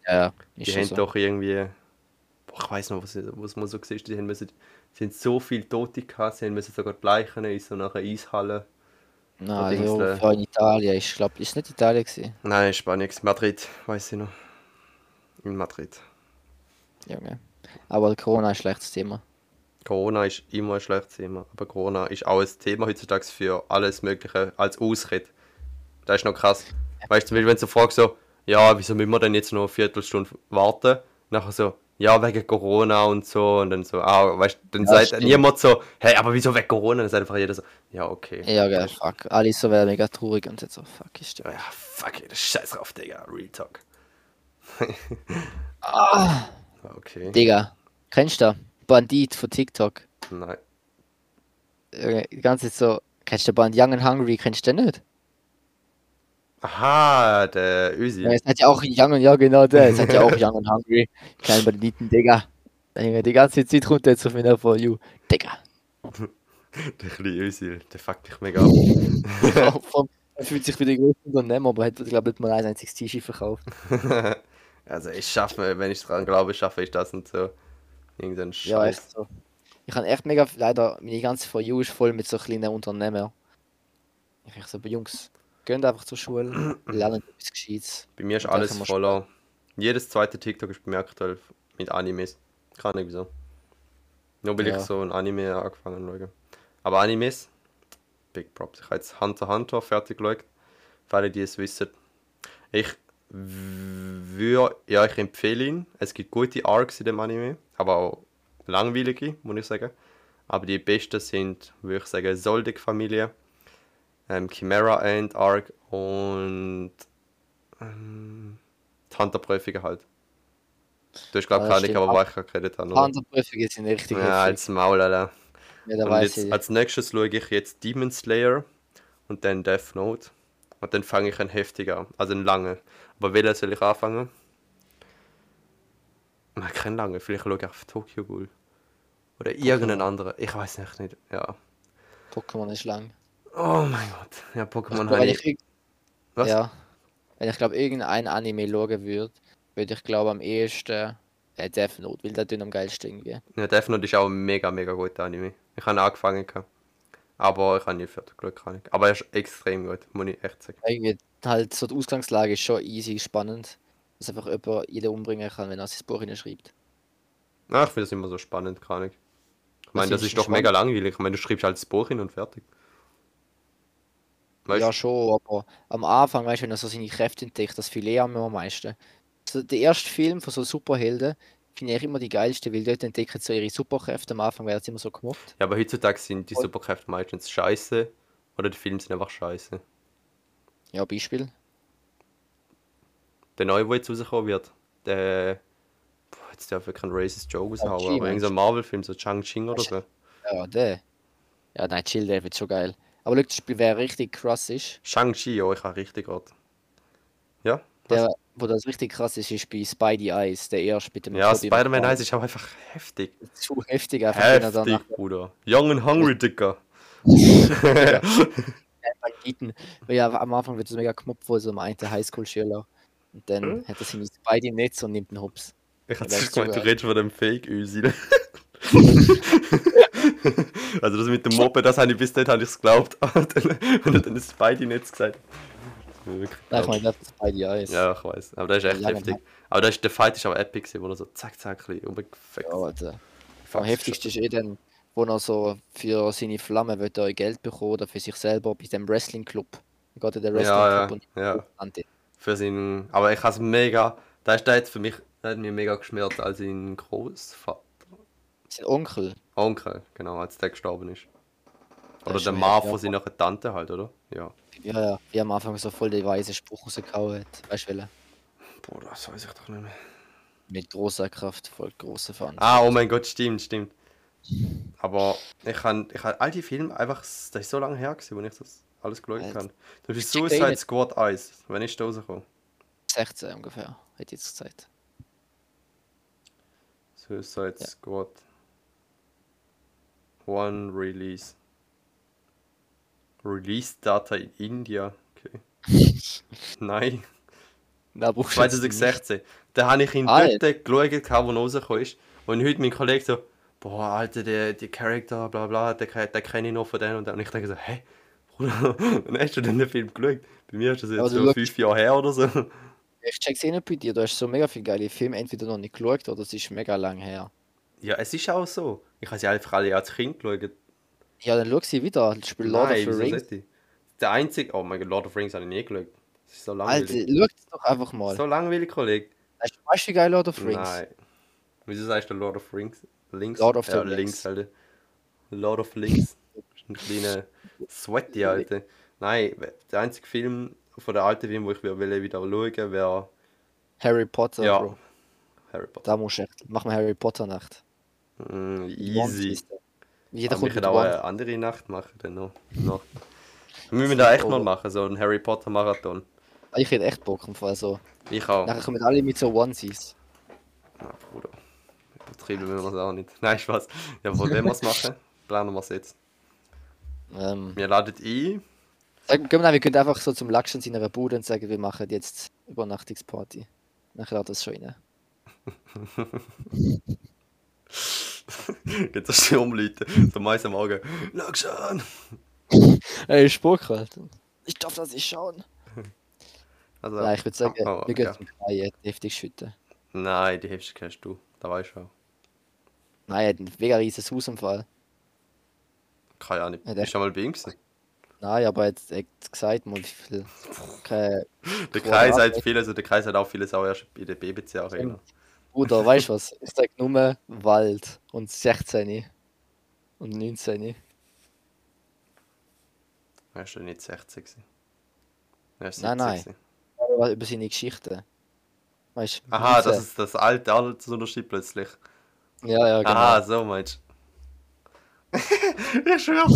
S2: ja, ja.
S1: Die
S2: Ist
S1: haben
S2: schon so.
S1: doch irgendwie. Boah, ich weiß noch, was, was man so gesehen hat. Die haben müssen, sie haben so viele Tote gehabt, sie haben müssen sogar die Leichen in so einer Eishalle.
S2: Nein,
S1: Dings,
S2: also,
S1: äh,
S2: vor allem in Italien, ich glaube, ist nicht Italien gewesen.
S1: Nein, Spanien, gewesen. Madrid, weiß ich noch. In Madrid.
S2: Junge. Aber Corona ist ein schlechtes Thema.
S1: Corona ist immer ein schlechtes Thema, aber Corona ist auch ein Thema heutzutage für alles Mögliche als Ausrede. Das ist noch krass. Weißt du, zum Beispiel, wenn du fragst, so, ja, wieso müssen wir denn jetzt noch eine Viertelstunde warten? Nachher so, ja, wegen Corona und so. Und dann so, ah, weißt du, dann
S2: Ja,
S1: sagt
S2: stimmt.
S1: niemand so, hey, aber wieso wegen Corona? Dann sagt einfach jeder so, ja, okay.
S2: Ja, gell, fuck. Alle so wäre mega traurig und jetzt so, fuck, ist
S1: Ja,
S2: der.
S1: fuck it, scheiß drauf, Digga, Real
S2: <laughs>
S1: Talk.
S2: Ah.
S1: Okay,
S2: Digga, kennst du den Bandit von TikTok?
S1: nein.
S2: Junge, Die ganze Zeit so, kennst du den Band Young and Hungry, kennst du den nicht?
S1: Aha, der
S2: Ja,
S1: Ösi.
S2: es hat ja auch Young and, ja genau der, es hat ja auch Young and Hungry. Kleinen Banditen, Digga. Junge, Die ganze Zeit kommt jetzt auf meiner For You. <laughs> Digga.
S1: Der kleine Ösi, der fuckt dich mega ab.
S2: Vom- Er fühlt sich wie der größte Unternehmer, aber hat, glaube nicht mal ein einziges T-Shirt verkauft.
S1: also ich schaffe, wenn ich dran glaube, schaffe ich das und so. Irgendein
S2: Ja,
S1: Scheiß.
S2: echt so. Ich habe echt mega, leider, meine ganze For You ist voll mit so kleinen Unternehmern. Ich denk so, aber Jungs, geht einfach zur Schule, lernt etwas Gescheites.
S1: bei mir ist
S2: Und da
S1: alles
S2: kann man
S1: voller. Jedes zweite TikTok ist bei mir aktuell mit Animes. Keine Ahnung wieso. Nur weil
S2: Ja.
S1: ich so ein Anime angefangen habe. Aber Animes, big props. Ich habe jetzt Hunter x Hunter fertig geschaut. Für alle, die es wissen. Ich würde, ja, ich empfehle ihn. Es gibt gute Arcs in dem Anime, aber auch langweilige, muss ich sagen. Aber die besten sind, würde ich sagen, Soldic-Familie, ähm, Chimera End Arc und ähm, die Hunter-Prüfungen halt. Du hast, glaube
S2: Ah,
S1: ich, keine
S2: stimmt.
S1: Ahnung, aber was ich gerade geredet habe. oder?
S2: Panzerprüfungen sind richtig
S1: Ja,
S2: heftig.
S1: als Maul, Alter.
S2: Ja, da
S1: Und
S2: weiß
S1: jetzt,
S2: ich.
S1: als nächstes schaue ich jetzt Demon Slayer und dann Death Note. Und dann fange ich einen heftiger, also einen langen. Aber welcher soll ich anfangen? Nein, kein lange, vielleicht schaue ich auf Tokyo Ghoul. Oder irgendeinen anderen, ich weiß echt nicht. Ja.
S2: Pokémon ist lang.
S1: Oh mein Gott. Ja, Pokémon
S2: wenn
S1: habe
S2: ich,
S1: ich.
S2: irg-
S1: Was?
S2: Ja. Wenn ich glaube, irgendein Anime schauen würde, würde ich glaube am ehesten äh, Death Note, weil der dünn am geilsten irgendwie.
S1: Ja, Death Note ist auch ein mega, mega guter Anime. Ich habe ihn angefangen. gehabt. Aber ich habe nie fertig geschaut. keine Ahnung. Aber er ist extrem gut, muss ich echt sagen.
S2: Irgendwie halt so die Ausgangslage ist schon easy spannend, dass einfach jemand jeden umbringen kann, wenn er sein Buch hinschreibt.
S1: Ach, ich finde das immer so spannend, keine Ahnung. Ich meine, das
S2: findest
S1: ist
S2: du
S1: doch mega langweilig. Ich meine, du schreibst halt das Buch hin und fertig. Weißt
S2: Ja, schon, aber am Anfang, weißt du, wenn er so seine Kräfte entdeckt, das Filet haben wir am meisten. So, der erste Film von so Superhelden finde ich immer die geilste, weil dort entdecken sie so ihre Superkräfte. Am Anfang werden sie immer so gemobbt.
S1: Ja, aber heutzutage sind die Superkräfte meistens scheiße oder die Filme sind einfach scheiße.
S2: Ja, Beispiel.
S1: Der neue, der jetzt rauskommen wird, der. Puh, jetzt darf ich keinen Racist Joke raushauen, aber
S2: meinst
S1: irgendein Marvel-Film, so Chang-Ching oder so.
S2: Ja, der. Ja, nein, chill, der wird schon geil. Aber schau, das Spiel, wer richtig krass ist,
S1: Shang-Chi, ja, ich habe richtig gerade. Ja? Was?
S2: der, wo das richtig krass ist, ist bei Spidey Eyes, der erste mit dem
S1: Ja,
S2: Tobey
S1: Spider-Man
S2: Maguire.
S1: 1 ist aber einfach heftig.
S2: Zu heftig, einfach wenn er dann
S1: Heftig, Bruder. Young and hungry, <laughs> Dicker.
S2: Banditen. Weil ja, am Anfang wird es mega gemobbt, wo so meinte Highschool-Schüler. Und dann
S1: Hm?
S2: hat er seine Spidey-Netz und nimmt einen Hups.
S1: Ich hatte
S2: Ja,
S1: zuerst
S2: das ist so
S1: gemeint, du
S2: geil.
S1: redest von dem Fake-Ösil. <laughs> also das mit dem Moped, das habe ich bis dahin habe ich es geglaubt. <laughs> Und dann- und dann ist Spidey nicht gesagt. Das ist mir wirklich
S2: Nein, ich
S1: geglaubt.
S2: meine, das ist Spidey Eyes.
S1: Ja, ich weiß. Aber das ist echt
S2: Ja, dann-
S1: heftig. Aber das ist, der Fight ist aber epic, gewesen, wo er so zack, zack, ein bisschen umgefickt.
S2: Ja, Alter.
S1: Fuck,
S2: Am heftigsten ist eh dann, wo er so für seine Flamme will er Geld bekommen oder für sich selber bei dem Wrestling-Club. Dann geht er in den
S1: Ja,
S2: Wrestling-Club
S1: ja, ja.
S2: und und ihn.
S1: Für seinen... Aber ich habe es mega... Da ist der jetzt für mich... Der hat mir mega geschmerzt als sein Großvater.
S2: Sein Onkel.
S1: Onkel, genau, als der gestorben ist. Oder
S2: ist
S1: der
S2: mir-
S1: Mann
S2: ja.
S1: von seiner Tante halt, oder? Ja.
S2: Ja, ja. Wie am Anfang so voll den weisen Spruch rausgehauen hat. Weißt du, welchen?
S1: Boah, das weiß ich doch nicht mehr.
S2: Mit großer Kraft folgt große Verantwortung.
S1: Ah, oh mein Gott, stimmt, stimmt. Aber ich kann, ich kann all die Filme einfach, das ist so lange her, gewesen, wo ich das alles geschaut
S2: Alter.
S1: habe. Zum Beispiel
S2: Ich check den
S1: Suicide
S2: nicht.
S1: Squad 1, wenn ich da rauskomme. Ah.
S2: 16 ungefähr, hätte ich jetzt gesagt.
S1: Suicide
S2: Ja.
S1: Squad. One Release. Release Data in India. Okay.
S2: <laughs>
S1: Nein.
S2: Na, brauchst du jetzt
S1: 2016. Da habe ich ihn
S2: Alter.
S1: dort geschaut, gehabt, wo er rausgekommen ist. Und heute mein Kollege so, boah, Alter, der, der Charakter, bla bla, den, ke- den kenne ich noch von denen und dann. Und ich denke so, hä? Bruder, <laughs> wann hast du denn den Film geschaut? Bei mir ist das jetzt
S2: Also
S1: so
S2: look-
S1: fünf Jahre her oder so. <laughs>
S2: nicht. Ich check's eh nicht bei dir, du hast so mega viele geile Filme entweder noch nicht geschaut oder es ist mega lang her.
S1: Ja, es ist auch so. Ich habe sie einfach alle als Kind geschaut.
S2: Ja, dann schau sie wieder, spiel Lord
S1: Nein,
S2: of
S1: wieso
S2: the Rings.
S1: sollte ich? Der einzige, oh mein Gott, Lord of the Rings habe ich nie geschaut. Das ist so
S2: Alter,
S1: langweilig.
S2: schau es doch einfach mal.
S1: so langweilig, Kollege.
S2: Weißt du, weißt du, wie geil Lord of the Rings?
S1: Nein. Wieso sagst du Lord of Rings? Links?
S2: Lord of the
S1: ja,
S2: Rings.
S1: Links, Alter. Lord of Links. Ist Ein kleiner Sweaty, Alter. Nein, der einzige Film von der alten Film, wo ich wieder will, wieder schauen wäre
S2: Harry Potter,
S1: Ja.
S2: Bro.
S1: Harry Potter.
S2: Da musst du echt. Mach mal Harry Potter Nacht.
S1: Mm,
S2: One
S1: easy.
S2: Piece. Jeder
S1: Aber wir
S2: kommt mit
S1: können auch
S2: One.
S1: eine andere Nacht machen, dann noch. noch. Wir müssen da echt
S2: Oh.
S1: mal machen, so einen Harry Potter Marathon.
S2: Ich hätte echt Bock im Fall so.
S1: Ich auch.
S2: Nachher kommen alle mit so Onesies.
S1: Ah, Bruder. Übertrieben will man es auch nicht. <laughs> Nein, Spaß. Ja, wollen wir es machen? Planen wir es jetzt.
S2: Ähm,
S1: Wir laden ein.
S2: sag, komm, nein, wir können einfach so zum Lakschen in einer Bude und sagen, wir machen jetzt Übernachtungsparty. Nachher hat das schon rein.
S1: <laughs> Jetzt hast du umleiten. So meist am Morgen. Schau schon!
S2: Ey, Spuck halt. Ich darf das nicht schauen.
S1: Also,
S2: Nein, ich würde sagen,
S1: Ah, ah,
S2: wir gehen
S1: ja.
S2: zum Kleinen, heftig schütten.
S1: Nein, die Hälfte kennst du. Da weißt du auch.
S2: Nein, er hat einen mega riesen Hausunfall.
S1: Keine Ahnung.
S2: Ja,
S1: Bist
S2: der-
S1: du schon mal bei ihm gewesen?
S2: Nein, aber er hat, er hat gesagt, mal wie viel. Keine
S1: Der
S2: Boah,
S1: Kreis
S2: ja.
S1: hat vieles also der Kreis hat auch vieles auch erst in der BBC-Arena. <laughs>
S2: Bruder, weißt du was? Ich sag nur Wald und 16 und 19.
S1: Hast du nicht 60 gewesen? Er ist
S2: Nein,
S1: 70
S2: nein.
S1: gewesen.
S2: Aber über seine Geschichte. Weißt du?
S1: Aha,
S2: 19.
S1: das ist das alte Altersunterschied plötzlich.
S2: Ja, ja, genau.
S1: Aha, so meinst du. ich schwör.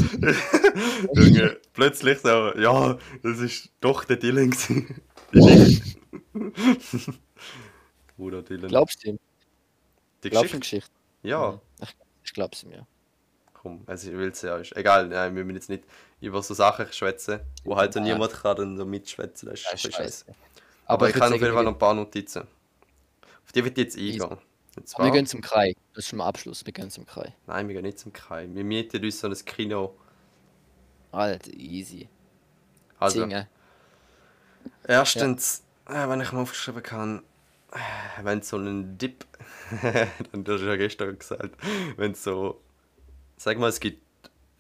S1: <laughs> Junge, plötzlich so, ja, das ist doch der Dylan
S2: <laughs>
S1: gewesen. Bruder Dylan.
S2: Glaubst du ihm?
S1: die
S2: Glaubst du ihm
S1: Geschichte?
S2: Geschichte?
S1: Ja,
S2: Ich, Mhm. ich glaub's ihm, ja.
S1: komm, also ich will es ja. Ist egal, nein, wir müssen jetzt nicht über so Sachen schwätzen, wo halt so
S2: Nein.
S1: niemand kann dann so mitschwätzen. Das ist
S2: Ja, ist
S1: voll scheiße.
S2: scheiße.
S1: Aber, ich
S2: würd
S1: kann auf
S2: sagen,
S1: jeden Fall
S2: wir
S1: noch ein paar Notizen. Auf die wird jetzt
S2: Easy.
S1: eingehen. Und
S2: gehen- Wir
S1: zwar,
S2: gehen zum Kai. Das ist schon mal Abschluss. Wir gehen zum Kai.
S1: nein, wir gehen nicht zum Kai. Wir mieten uns so ein Kino.
S2: Alter, easy.
S1: Also,
S2: Singen.
S1: Erstens, äh, wenn ich mal aufgeschrieben kann, äh, wenn so ein Dip, <laughs> dann hast du ja gestern gesagt, wenn so, sag mal, es gibt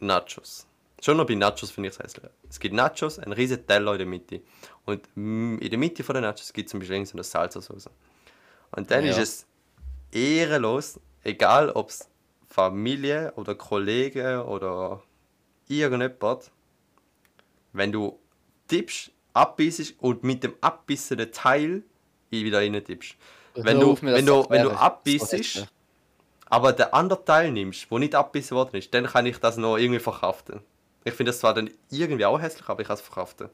S1: Nachos. Schon noch bei Nachos finde ich es hässlich. Es gibt Nachos, ein riesen Teller in der Mitte. Und mm, in der Mitte von den Nachos gibt es zum Beispiel irgend so eine Salsa-Sauce. Und dann
S2: Ja.
S1: ist es ehrenlos, egal ob es Familie oder Kollegen oder irgendjemand, wenn du tippst, abbissest und mit dem abbissenen Teil wieder rein tippst. Wenn
S2: Hör
S1: du,
S2: auf, mir das
S1: wenn du,
S2: zu
S1: wenn du
S2: erklären. So
S1: abbissest,
S2: hässlich.
S1: aber den anderen Teil nimmst, wo nicht abbissen worden ist, dann kann ich das noch irgendwie verkraften. Ich finde das zwar dann irgendwie auch hässlich, aber ich kann es verkraften.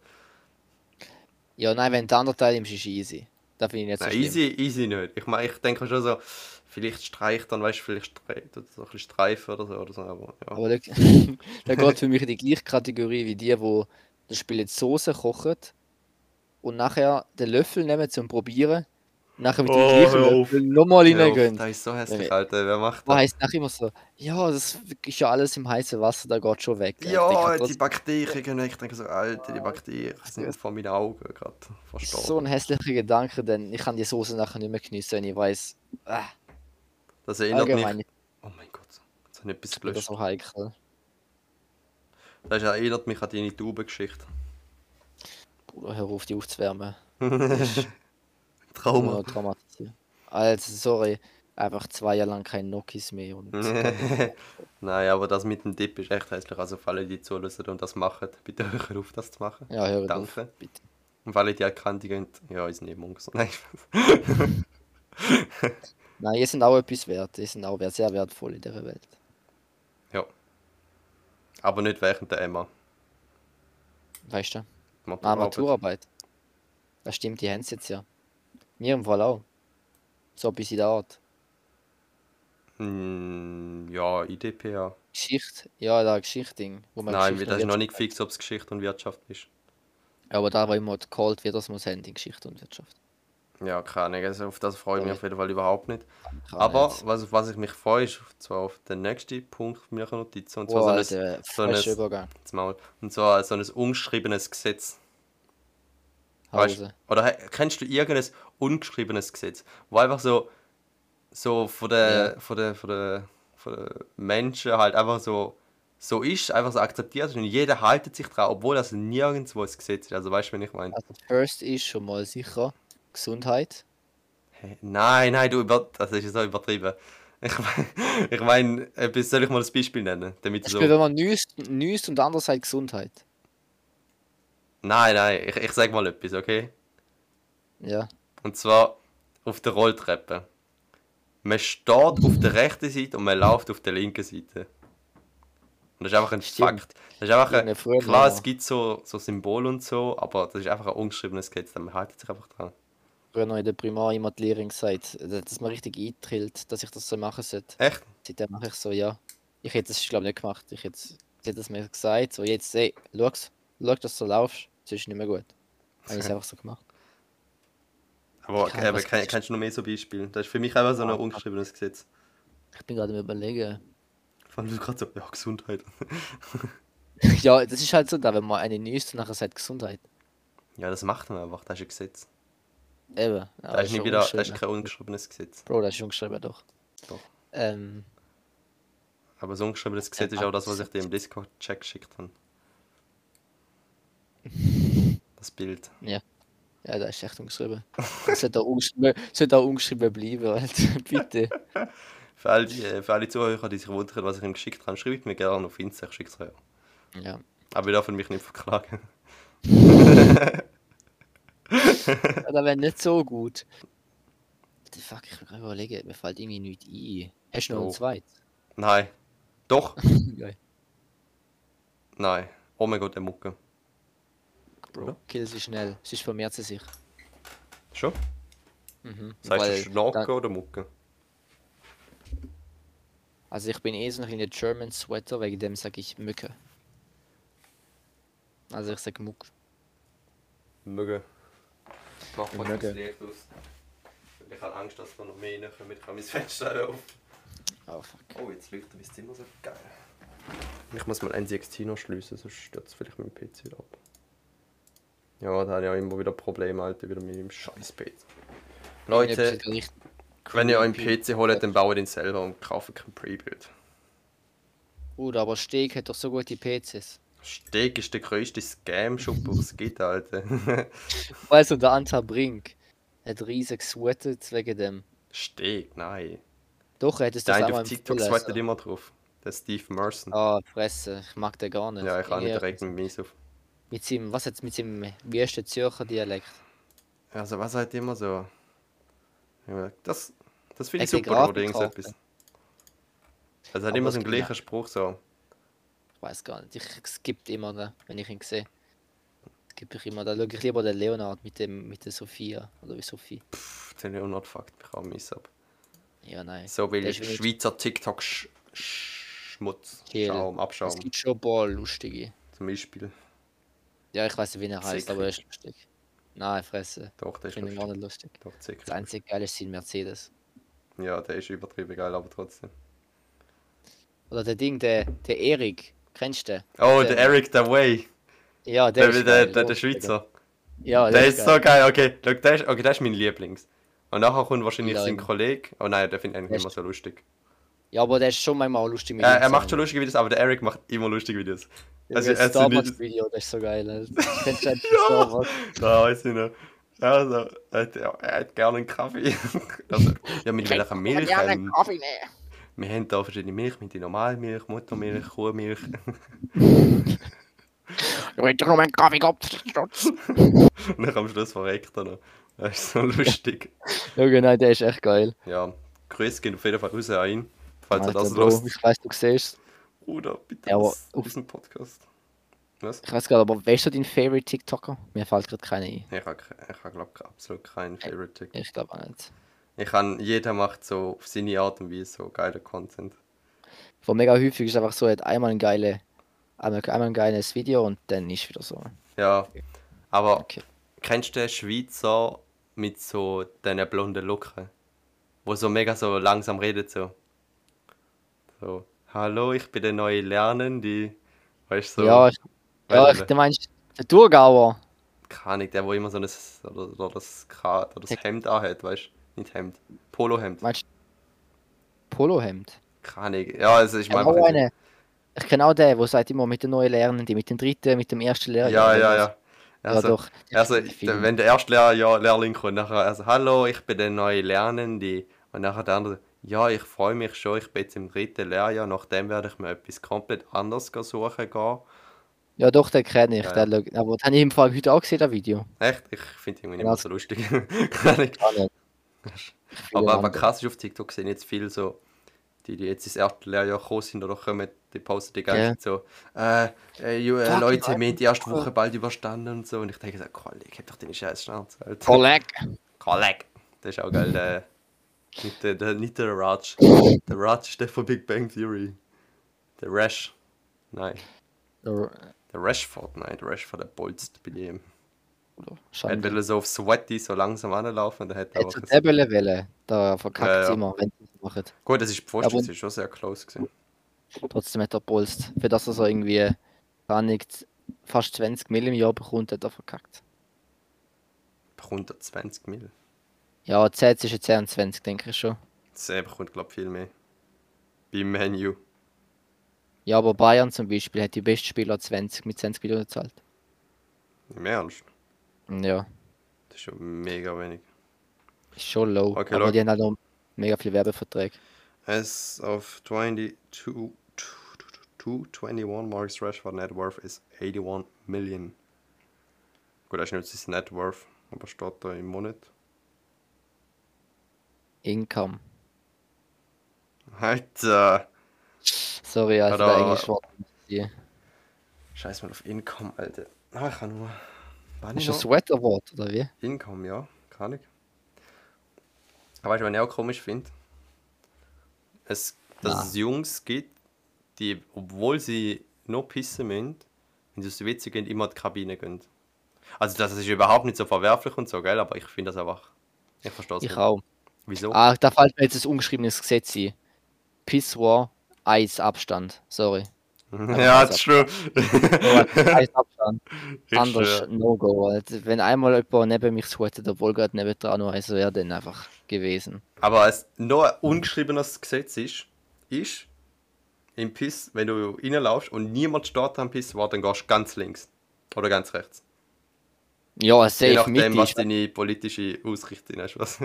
S2: Ja, nein, wenn der andere Teil nimmst, ist easy. Da finde ich nicht so
S1: Nein,
S2: schlimm.
S1: easy, easy nicht. Ich meine, ich denke schon so, vielleicht streicht dann, weißt du, vielleicht streicht oder so ein bisschen Streifen oder so, oder so aber ja. <laughs>
S2: Aber da, da geht für mich in die gleiche Kategorie wie die, wo das Spiel jetzt Soße kochen und nachher den Löffel nehmen zum Probieren, nachher mit dem
S1: Oh,
S2: gleichen
S1: hör auf.
S2: Löffel nochmal
S1: Ja,
S2: reingehen.
S1: das ist so hässlich,
S2: Nee.
S1: Alter. Wer macht
S2: Man
S1: das?
S2: heisst nachher immer so, ja, das ist ja alles im heißen Wasser, da geht schon weg.
S1: Ja,
S2: ich denk,
S1: die Bakterien. Ich denke so, Alter, die Bakterien sind vor meinen Augen gerade
S2: das
S1: verstorben.
S2: ist so ein hässlicher Gedanke, denn ich kann die Soße nachher nicht mehr geniessen, wenn ich weiß, äh,
S1: Das erinnert
S2: allgemein
S1: mich.
S2: ist
S1: Oh mein Gott, jetzt habe ich etwas
S2: mir das
S1: gelöscht.
S2: so heikel.
S1: Das erinnert mich an deine Taubengeschichte.
S2: Bruder, hör auf, die aufzuwärmen.
S1: Trauma.
S2: Nur traumatisieren. Also, sorry, einfach zwei Jahre lang kein Nokis mehr und
S1: <laughs> Nein, aber das mit dem Dip ist echt hässlich. Also, für alle, die zulassen und das machen, bitte hören auf, das zu machen.
S2: Ja, hör auf,
S1: Danke.
S2: bitte.
S1: Und für alle, die erkannt haben, ja, ist nicht Monks. Nein,
S2: Nein, die sind auch etwas wert. Die sind auch wert, sehr wertvoll in dieser Welt.
S1: Ja. <laughs> Aber nicht während der Emma.
S2: Weißt du? Ah,
S1: Maturarbeit.
S2: Maturarbeit. Das stimmt, die haben es jetzt ja. In ihrem Fall auch. So ein bisschen der Art.
S1: Hm, ja, IDPA.
S2: Geschichte, ja, da Geschichtding. Wo man
S1: Nein, weil
S2: Geschichte
S1: das ist
S2: und
S1: noch nicht
S2: Wirtschaft-
S1: fix, ob es Geschichte und Wirtschaft ist.
S2: Aber da, wo immer geholt wird, das muss haben in Geschichte und Wirtschaft.
S1: Ja, keine Ahnung, also auf das freue ich mich
S2: Ja.
S1: auf jeden Fall überhaupt nicht.
S2: Kann
S1: Aber
S2: Ah, jetzt-
S1: was, auf was ich mich freue, ist auf- zwar auf den nächsten Punkt meiner Notizen. Und zwar
S2: Boah,
S1: so ein,
S2: Oh, Alter,
S1: so
S2: falscher
S1: ein-
S2: Übergang.
S1: jetzt mal, und zwar so ein ungeschriebenes Gesetz. Weißt,
S2: Hause.
S1: oder he- kennst du irgendein ungeschriebenes Gesetz, wo einfach so, so von der, von der, von der, von der Menschen halt einfach so, so ist, einfach so akzeptiert ist und jeder haltet sich dran, obwohl das nirgendwo ein Gesetz ist. Also weißt du, wenn ich meine?
S2: Also, First ist schon mal sicher Gesundheit.
S1: Hä? Nein, nein, du über, das ist so übertrieben. Ich meine, ich mein, etwas- soll ich mal ein Beispiel nennen, damit du
S2: Das
S1: so.
S2: Spiel, wenn man nüst, nüst und andererseits Gesundheit.
S1: Nein, nein, ich, ich sag mal etwas, okay?
S2: Ja.
S1: Und zwar auf der Rolltreppe. Man steht auf der rechten Seite und man läuft auf der linken Seite. Und das ist einfach ein
S2: Stimmt.
S1: Fakt. Das ist einfach
S2: Stimmt, ja,
S1: ein,
S2: früher
S1: klar,
S2: mal.
S1: es gibt so, so Symbole und so, aber das ist einfach ein ungeschriebenes Gesetz, da man haltet sich einfach dran.
S2: Früher noch in der Primar immer die Lehrerin gesagt, dass man richtig eintrillt, dass ich das so machen sollte.
S1: Echt?
S2: Seitdem mache ich so, ja. Ich hätte es, glaube ich, nicht gemacht. Ich hätte, sie hätte es mir gesagt, so jetzt, ey, schau's, schau, dass du laufst, das ist nicht mehr gut. Habe <laughs> ich es einfach so gemacht.
S1: Aber
S2: Kann-
S1: eben,
S2: was
S1: kenn,
S2: ist-
S1: kennst du noch mehr so Beispiele? Das ist für mich einfach so ein
S2: Ah.
S1: ungeschriebenes Gesetz.
S2: Ich bin gerade am überlegen.
S1: Vor allem gerade so, ja, Gesundheit.
S2: <laughs> ja, das ist halt so da, wenn man eine nüst und nachher sagt Gesundheit.
S1: Ja, das macht man einfach, das ist ein Gesetz.
S2: Eben. aber
S1: Ah, Das ist, nicht
S2: schon
S1: wieder, das ist
S2: ungeschrieben.
S1: kein ungeschriebenes Gesetz.
S2: Bro, das ist ungeschrieben doch.
S1: Doch.
S2: Ähm,
S1: Aber das ungeschriebenes Gesetz ist auch das, was ich dir im Discord-Chat geschickt habe. Das Bild.
S2: ja, das ist echt ungeschrieben. <laughs> Das sollte auch ungeschrieben, sollte auch ungeschrieben bleiben, Alter. <laughs> Bitte.
S1: Für alle, die, äh, für alle Zuhörer, die sich wundern, was ich ihm geschickt habe, schreibt mir gerne auf Insta, ich schicke es euch.
S2: Ja.
S1: Aber ihr dürft mich nicht verklagen. <laughs>
S2: Ja, das wäre nicht so gut. The fuck, ich will gerade überlegen, mir fällt irgendwie nichts ein. Hast du noch
S1: Oh. <laughs>
S2: einen zweiten?
S1: Nein. Doch?
S2: Geil.
S1: Nein. Oh mein Gott, der Mucke.
S2: Bro, kill sie schnell, sonst vermehrt sie sich.
S1: Schon?
S2: Mhm.
S1: Sagst du
S2: weil
S1: Schnacken
S2: dann-
S1: oder Mucke?
S2: also ich bin eh so ein kleiner German Sweater, wegen dem sage ich Mücke. Also ich sag Muck.
S1: Möge. Mach mal
S2: Möge.
S1: das Licht aus. Ich habe Angst, dass da noch mehr reinkommen. Ich kann mein Fenster auf.
S2: Oh fuck.
S1: Oh, jetzt leuchtet mein Zimmer so geil. Ich muss mal NCXT schließen, sonst stürzt vielleicht mein PC wieder ab. Ja, da habe ich auch immer wieder Probleme, Alter, wieder mit dem scheiß PC. Leute,
S2: Irgendetwas riecht-
S1: wenn ihr euren PC holt, dann baut ihn selber und kauft kein Prebuild.
S2: Bruder, aber Steg hat doch so gute PCs.
S1: Steg ist der größte Scam-Shop, was es gibt, Alter. <laughs>
S2: Weißt du, der Anta Brink hat riesig gesweatet wegen dem.
S1: Steg, nein.
S2: Doch, er hat es
S1: Der
S2: das
S1: eine
S2: einmal
S1: auf
S2: im
S1: TikTok
S2: Vorlesen.
S1: sweatet immer drauf. Der Steve Merson.
S2: Ah, eh Fresse, ich mag den gar nicht.
S1: Ja, ich kann nicht
S2: Irgendwie
S1: direkt mit mir auf.
S2: Mit seinem, was jetzt mit seinem wüsten Zürcher Dialekt?
S1: Also, was halt immer so. Ja, Das, das finde ich
S2: Ecke
S1: super, oder
S2: Grafikkarte.
S1: irgendetwas. Also, hat
S2: Aber
S1: immer
S2: es
S1: so einen
S2: gibt ja-
S1: gleichen Spruch so.
S2: Ich weiß gar nicht. Ich skippe immer, den, wenn ich ihn sehe. Skippe ich immer. Da schaue ich lieber den Leonard mit, dem, mit der Sophia. Oder wie Sophie.
S1: Pff, den Leonard fuckt mich auch mies ab.
S2: Ja, nein.
S1: So will
S2: Der ist wenigstens-
S1: Schweizer TikTok-Schmutz.
S2: Kehl.
S1: Schaum,
S2: Es
S1: Abschaum.
S2: gibt schon ein paar lustige.
S1: Zum Beispiel.
S2: Ja, ich weiß nicht, wie er heißt,
S1: Sickli.
S2: aber er ist lustig. Nein, Fresse.
S1: Doch, der
S2: Ich
S1: ist
S2: finde ihn gar
S1: lustig.
S2: nicht lustig.
S1: Doch,
S2: Das
S1: sicher.
S2: einzige Geile ist sein Mercedes.
S1: Ja, der ist übertrieben geil, aber trotzdem.
S2: Oder der Ding, der, der Erik. Kennst du den?
S1: Oh,
S2: Der-
S1: der Eric the Way.
S2: Ja, der
S1: Der,
S2: ist
S1: der,
S2: geil.
S1: der, der,
S2: Doch,
S1: Schweizer.
S2: Ja,
S1: Der ist so
S2: geil.
S1: geil, okay. Schau, der ist, okay, der ist mein Lieblings. Und nachher kommt wahrscheinlich
S2: Nein.
S1: sein Kollege. Oh nein, der findet
S2: Der
S1: eigentlich immer so lustig.
S2: Ja, aber der ist schon manchmal auch lustig mit
S1: Äh, Er,
S2: ihm
S1: er macht
S2: zusammen.
S1: schon lustige Videos, aber der Eric macht immer lustige Videos.
S2: Also,
S1: er
S2: das
S1: ist so
S2: Star
S1: nicht-
S2: Wars Video, das ist so
S1: <laughs>
S2: geil. Alter. Kennst du das Star Wars?
S1: Da weiß ich noch. Also, er hat, ja, er hat gerne einen Kaffee. <laughs> also, ja, mit welcher Milch? Ähm,
S2: Kaffee nehmen. Mhm.
S1: wir haben da verschiedene Milch, mit der normalen Milch, Muttermilch, Kuhmilch.
S2: Ich will nur meinen Kaffee gehabt.
S1: Und <laughs> dann am Schluss verreckt er noch. Das ist so lustig.
S2: Ja, genau, der ist echt geil.
S1: Ja, Grüße gehen auf jeden Fall raus an ihn, falls er
S2: Alter,
S1: das
S2: Bro,
S1: lost.
S2: ich weiß, du siehst
S1: Bruder, bitte
S2: Ja, aber
S1: lass
S2: auf-
S1: diesen Podcast. Was?
S2: Ich weiß gerade, aber weißt du deinen Favorite TikToker? Mir fällt gerade keiner ein.
S1: Ich habe, ich hab, glaub, absolut keinen Favorite TikTok.
S2: Ich glaube auch nicht.
S1: Ich kann, jeder macht so auf seine Art und Weise so geiler Content.
S2: Wo mega häufig ist einfach so, er hat einmal ein geile, einmal, einmal ein geiles Video und dann ist wieder so.
S1: Ja, aber
S2: Okay.
S1: kennst du den Schweizer mit so diesen blonden Locken? Wo so mega so langsam redet so. So, hallo, ich bin der neue Lernende. Weißt du, so, ne?
S2: Ja, ich, ja,
S1: Weil-
S2: ich, du meinst, der Thurgauer.
S1: keine Ahnung, der, wo immer so ein, oder, oder das, Ka- oder das Hemd anhat, weißt du? Nicht Hemd, Polohemd.
S2: Meinst du Polohemd?
S1: Keine Ahnung. Ja, also ich
S2: Ich kenne
S1: meine.
S2: auch einen. Ich kenne auch den, der sagt immer mit den neuen Lernenden, mit dem dritten, mit dem ersten
S1: Ja,
S2: Lehrjahr.
S1: ja, ja. ja.
S2: Ja,
S1: Also,
S2: doch.
S1: Also,
S2: Ich finde-
S1: der- wenn der erste Lehr ja, Lehrling kommt, nachher, also, hallo, ich bin der neue Lernende. Und nachher der andere, ja, ich freue mich schon, ich bin jetzt im dritten Lehrjahr, nachdem werde ich mir etwas komplett anderes gehen suchen gehen.
S2: Ja, doch, den kenne ich.
S1: Ja, ja.
S2: Den, schau- aber den habe ich im Fall heute auch gesehen, das Video.
S1: Echt? Ich finde ihn nicht
S2: Ja,
S1: mehr so lustig. <laughs> Keine Ahnung.
S2: Gar nicht.
S1: aber, aber krass ist auf TikTok sehen jetzt viel so, die, die jetzt ins erste Lehrjahr gekommen sind oder kommen, die posten die
S2: Ja.
S1: ganze Zeit so, äh, äh, ju- äh,
S2: Fuck,
S1: Leute,
S2: Mann.
S1: wir haben die erste Woche bald überstanden und so. Und ich denke so, Kollege, ich hab doch deine scheiß Schnauze.
S2: <laughs>
S1: Alter.
S2: Kolleg.
S1: Kolleg. Das ist auch geil, der. Nicht der, der, nicht der Raj. Der Raj ist der von Big Bang Theory. Der Rash. Nein. Der Rashford, nein, der Rashford, der bolzt bei ihm. Er
S2: Schade.
S1: will so auf Sweaty so langsam anlaufen und er hat
S2: Hättest du
S1: aber.
S2: den wollen wählen, da
S1: Ja,
S2: verkackt
S1: ja.
S2: es immer, wenn sie es machen.
S1: Gut, das ist die
S2: Aber-
S1: Vorstellung, das ist schon sehr close gewesen.
S2: Trotzdem hat er gepolst. Für das er so irgendwie gar nicht fast 20 Mill im Jahr bekommt, hat er verkackt.
S1: Bekommt er 20 Mil.
S2: Ja, 10 zwischen 10 und 20, denke ich schon.
S1: Er bekommt, glaube ich, viel mehr. Beim Menu.
S2: Ja, aber Bayern zum Beispiel hat die besten Spieler 20 mit 20 Millionen gezahlt.
S1: Im Ernst?
S2: Ja,
S1: Das ist schon mega wenig.
S2: ist schon low.
S1: Okay,
S2: aber
S1: low.
S2: die haben halt noch mega viele Werbeverträge.
S1: As of 22, 221, Marcus Rashford net worth is 81 million. Gut, das ist nicht sein Net worth, aber steht da im Monat.
S2: Income.
S1: Alter!
S2: Sorry, also
S1: Oder-
S2: der englische Wort. Die-
S1: Scheiß mal auf Income, Alter. Ah, ich kann nur. Wann
S2: Ist
S1: ich
S2: das
S1: noch?
S2: Sweat Award oder wie?
S1: Income, ja. Kann ich. Aber weißt du, was ich auch komisch finde? Es, dass
S2: Na.
S1: es Jungs gibt, die, obwohl sie noch pissen müssen, wenn sie aus der Witze gehen, immer in die Kabine gehen. Also das ist überhaupt nicht so verwerflich und so, gell? Aber ich finde das einfach... Ich verstehe es
S2: Ich
S1: nicht.
S2: auch.
S1: Wieso?
S2: Ah, da fällt mir jetzt das ungeschriebenes Gesetz ein. Pissoir, Eisabstand. Sorry.
S1: <laughs> <laughs> ja,
S2: also
S1: das ist schlimm.
S2: Eisabstand.
S1: Ich
S2: <laughs> Anders
S1: schwör.
S2: No-Go. Also, Wenn einmal jemand neben mich sweatet, obwohl gerade neben dran noch eins wäre, dann einfach gewesen.
S1: Aber es noch ein ungeschriebenes Gesetz ist, ist, im Piss, wenn du reinlaufst und niemand steht am Piss, dann gehst du ganz links. Oder ganz rechts.
S2: Ja,
S1: Je
S2: safe mit
S1: nachdem, was
S2: ist.
S1: deine politische Ausrichtung ist. Was?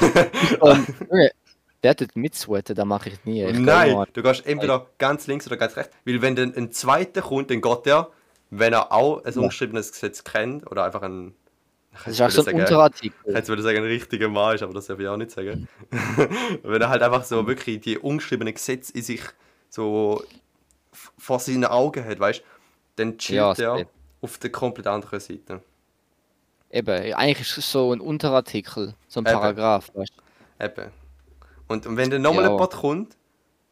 S2: Junge, Der Ähm, tut mit sweaten, da mache ich nie. Ich geh
S1: Nein,
S2: immer-
S1: du gehst entweder ganz links oder ganz rechts. Weil wenn dann ein zweiter kommt, dann geht der, wenn er auch ein ungeschriebenes Gesetz kennt, oder einfach ein...
S2: Das ist auch so ein
S1: Unterartikel. Ich
S2: Unterartikel.
S1: hätte würde ich sagen, ein richtiger Mann ist, aber das darf ich auch nicht sagen. <laughs> Wenn er halt einfach so wirklich die ungeschriebenen Gesetze in sich so f- vor seinen Augen hat, weißt du, dann chillt
S2: Ja,
S1: er
S2: safe.
S1: auf der komplett anderen Seite.
S2: Eben, eigentlich ist es so ein Unterartikel, so ein
S1: Eben.
S2: Paragraph. Weißt
S1: <laughs>
S2: du?
S1: Eben. Und, und wenn dann nochmal
S2: Ja.
S1: jemand kommt,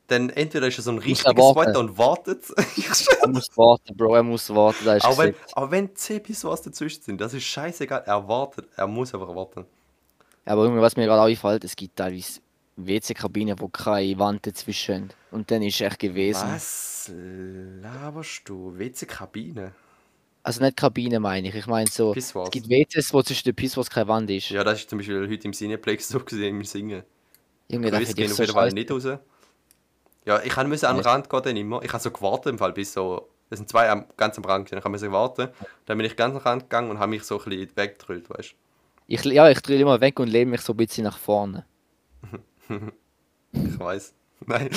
S1: dann entweder ist er so ein
S2: Muss
S1: richtiger
S2: er warten.
S1: Sweater und wartet.
S2: <laughs>
S1: Ich schwör.
S2: Er muss warten, Bro, er muss warten. Da
S1: <laughs>
S2: ist
S1: auch, wenn,
S2: Gesetz.
S1: auch wenn 10 bis was dazwischen sind, das ist scheißegal. Er wartet, er muss einfach warten.
S2: Aber irgendwie, was mir gerade einfällt, es gibt teilweise WC-Kabinen, wo keine Wand dazwischen haben. Und dann ist echt gewesen.
S1: Was laberst du? WC-Kabine?
S2: Also nicht Kabine meine ich, ich meine so.
S1: Pisswas.
S2: Es gibt WCs, wo zwischen den Pisswas keine Wand ist.
S1: Ja, das ist zum Beispiel heute im Cineplex so gesehen, im Singen.
S2: Junge, da
S1: Grüße
S2: finde
S1: gehen
S2: ich
S1: auf
S2: so
S1: jeden Fall
S2: scheiße.
S1: nicht raus. Ja, ich musste an den
S2: Ja.
S1: Rand gehen dann immer. Ich habe so gewartet im Fall bis so... Es sind zwei am, ganz am Rand gewesen. Ich habe müssen warten. Dann bin ich ganz am Rand gegangen und habe mich so ein bisschen weggedrückt, weißt
S2: Ich, ja, ich drehe immer weg und lehne mich so ein bisschen nach vorne.
S1: du. Ich weiß. <laughs> Nein.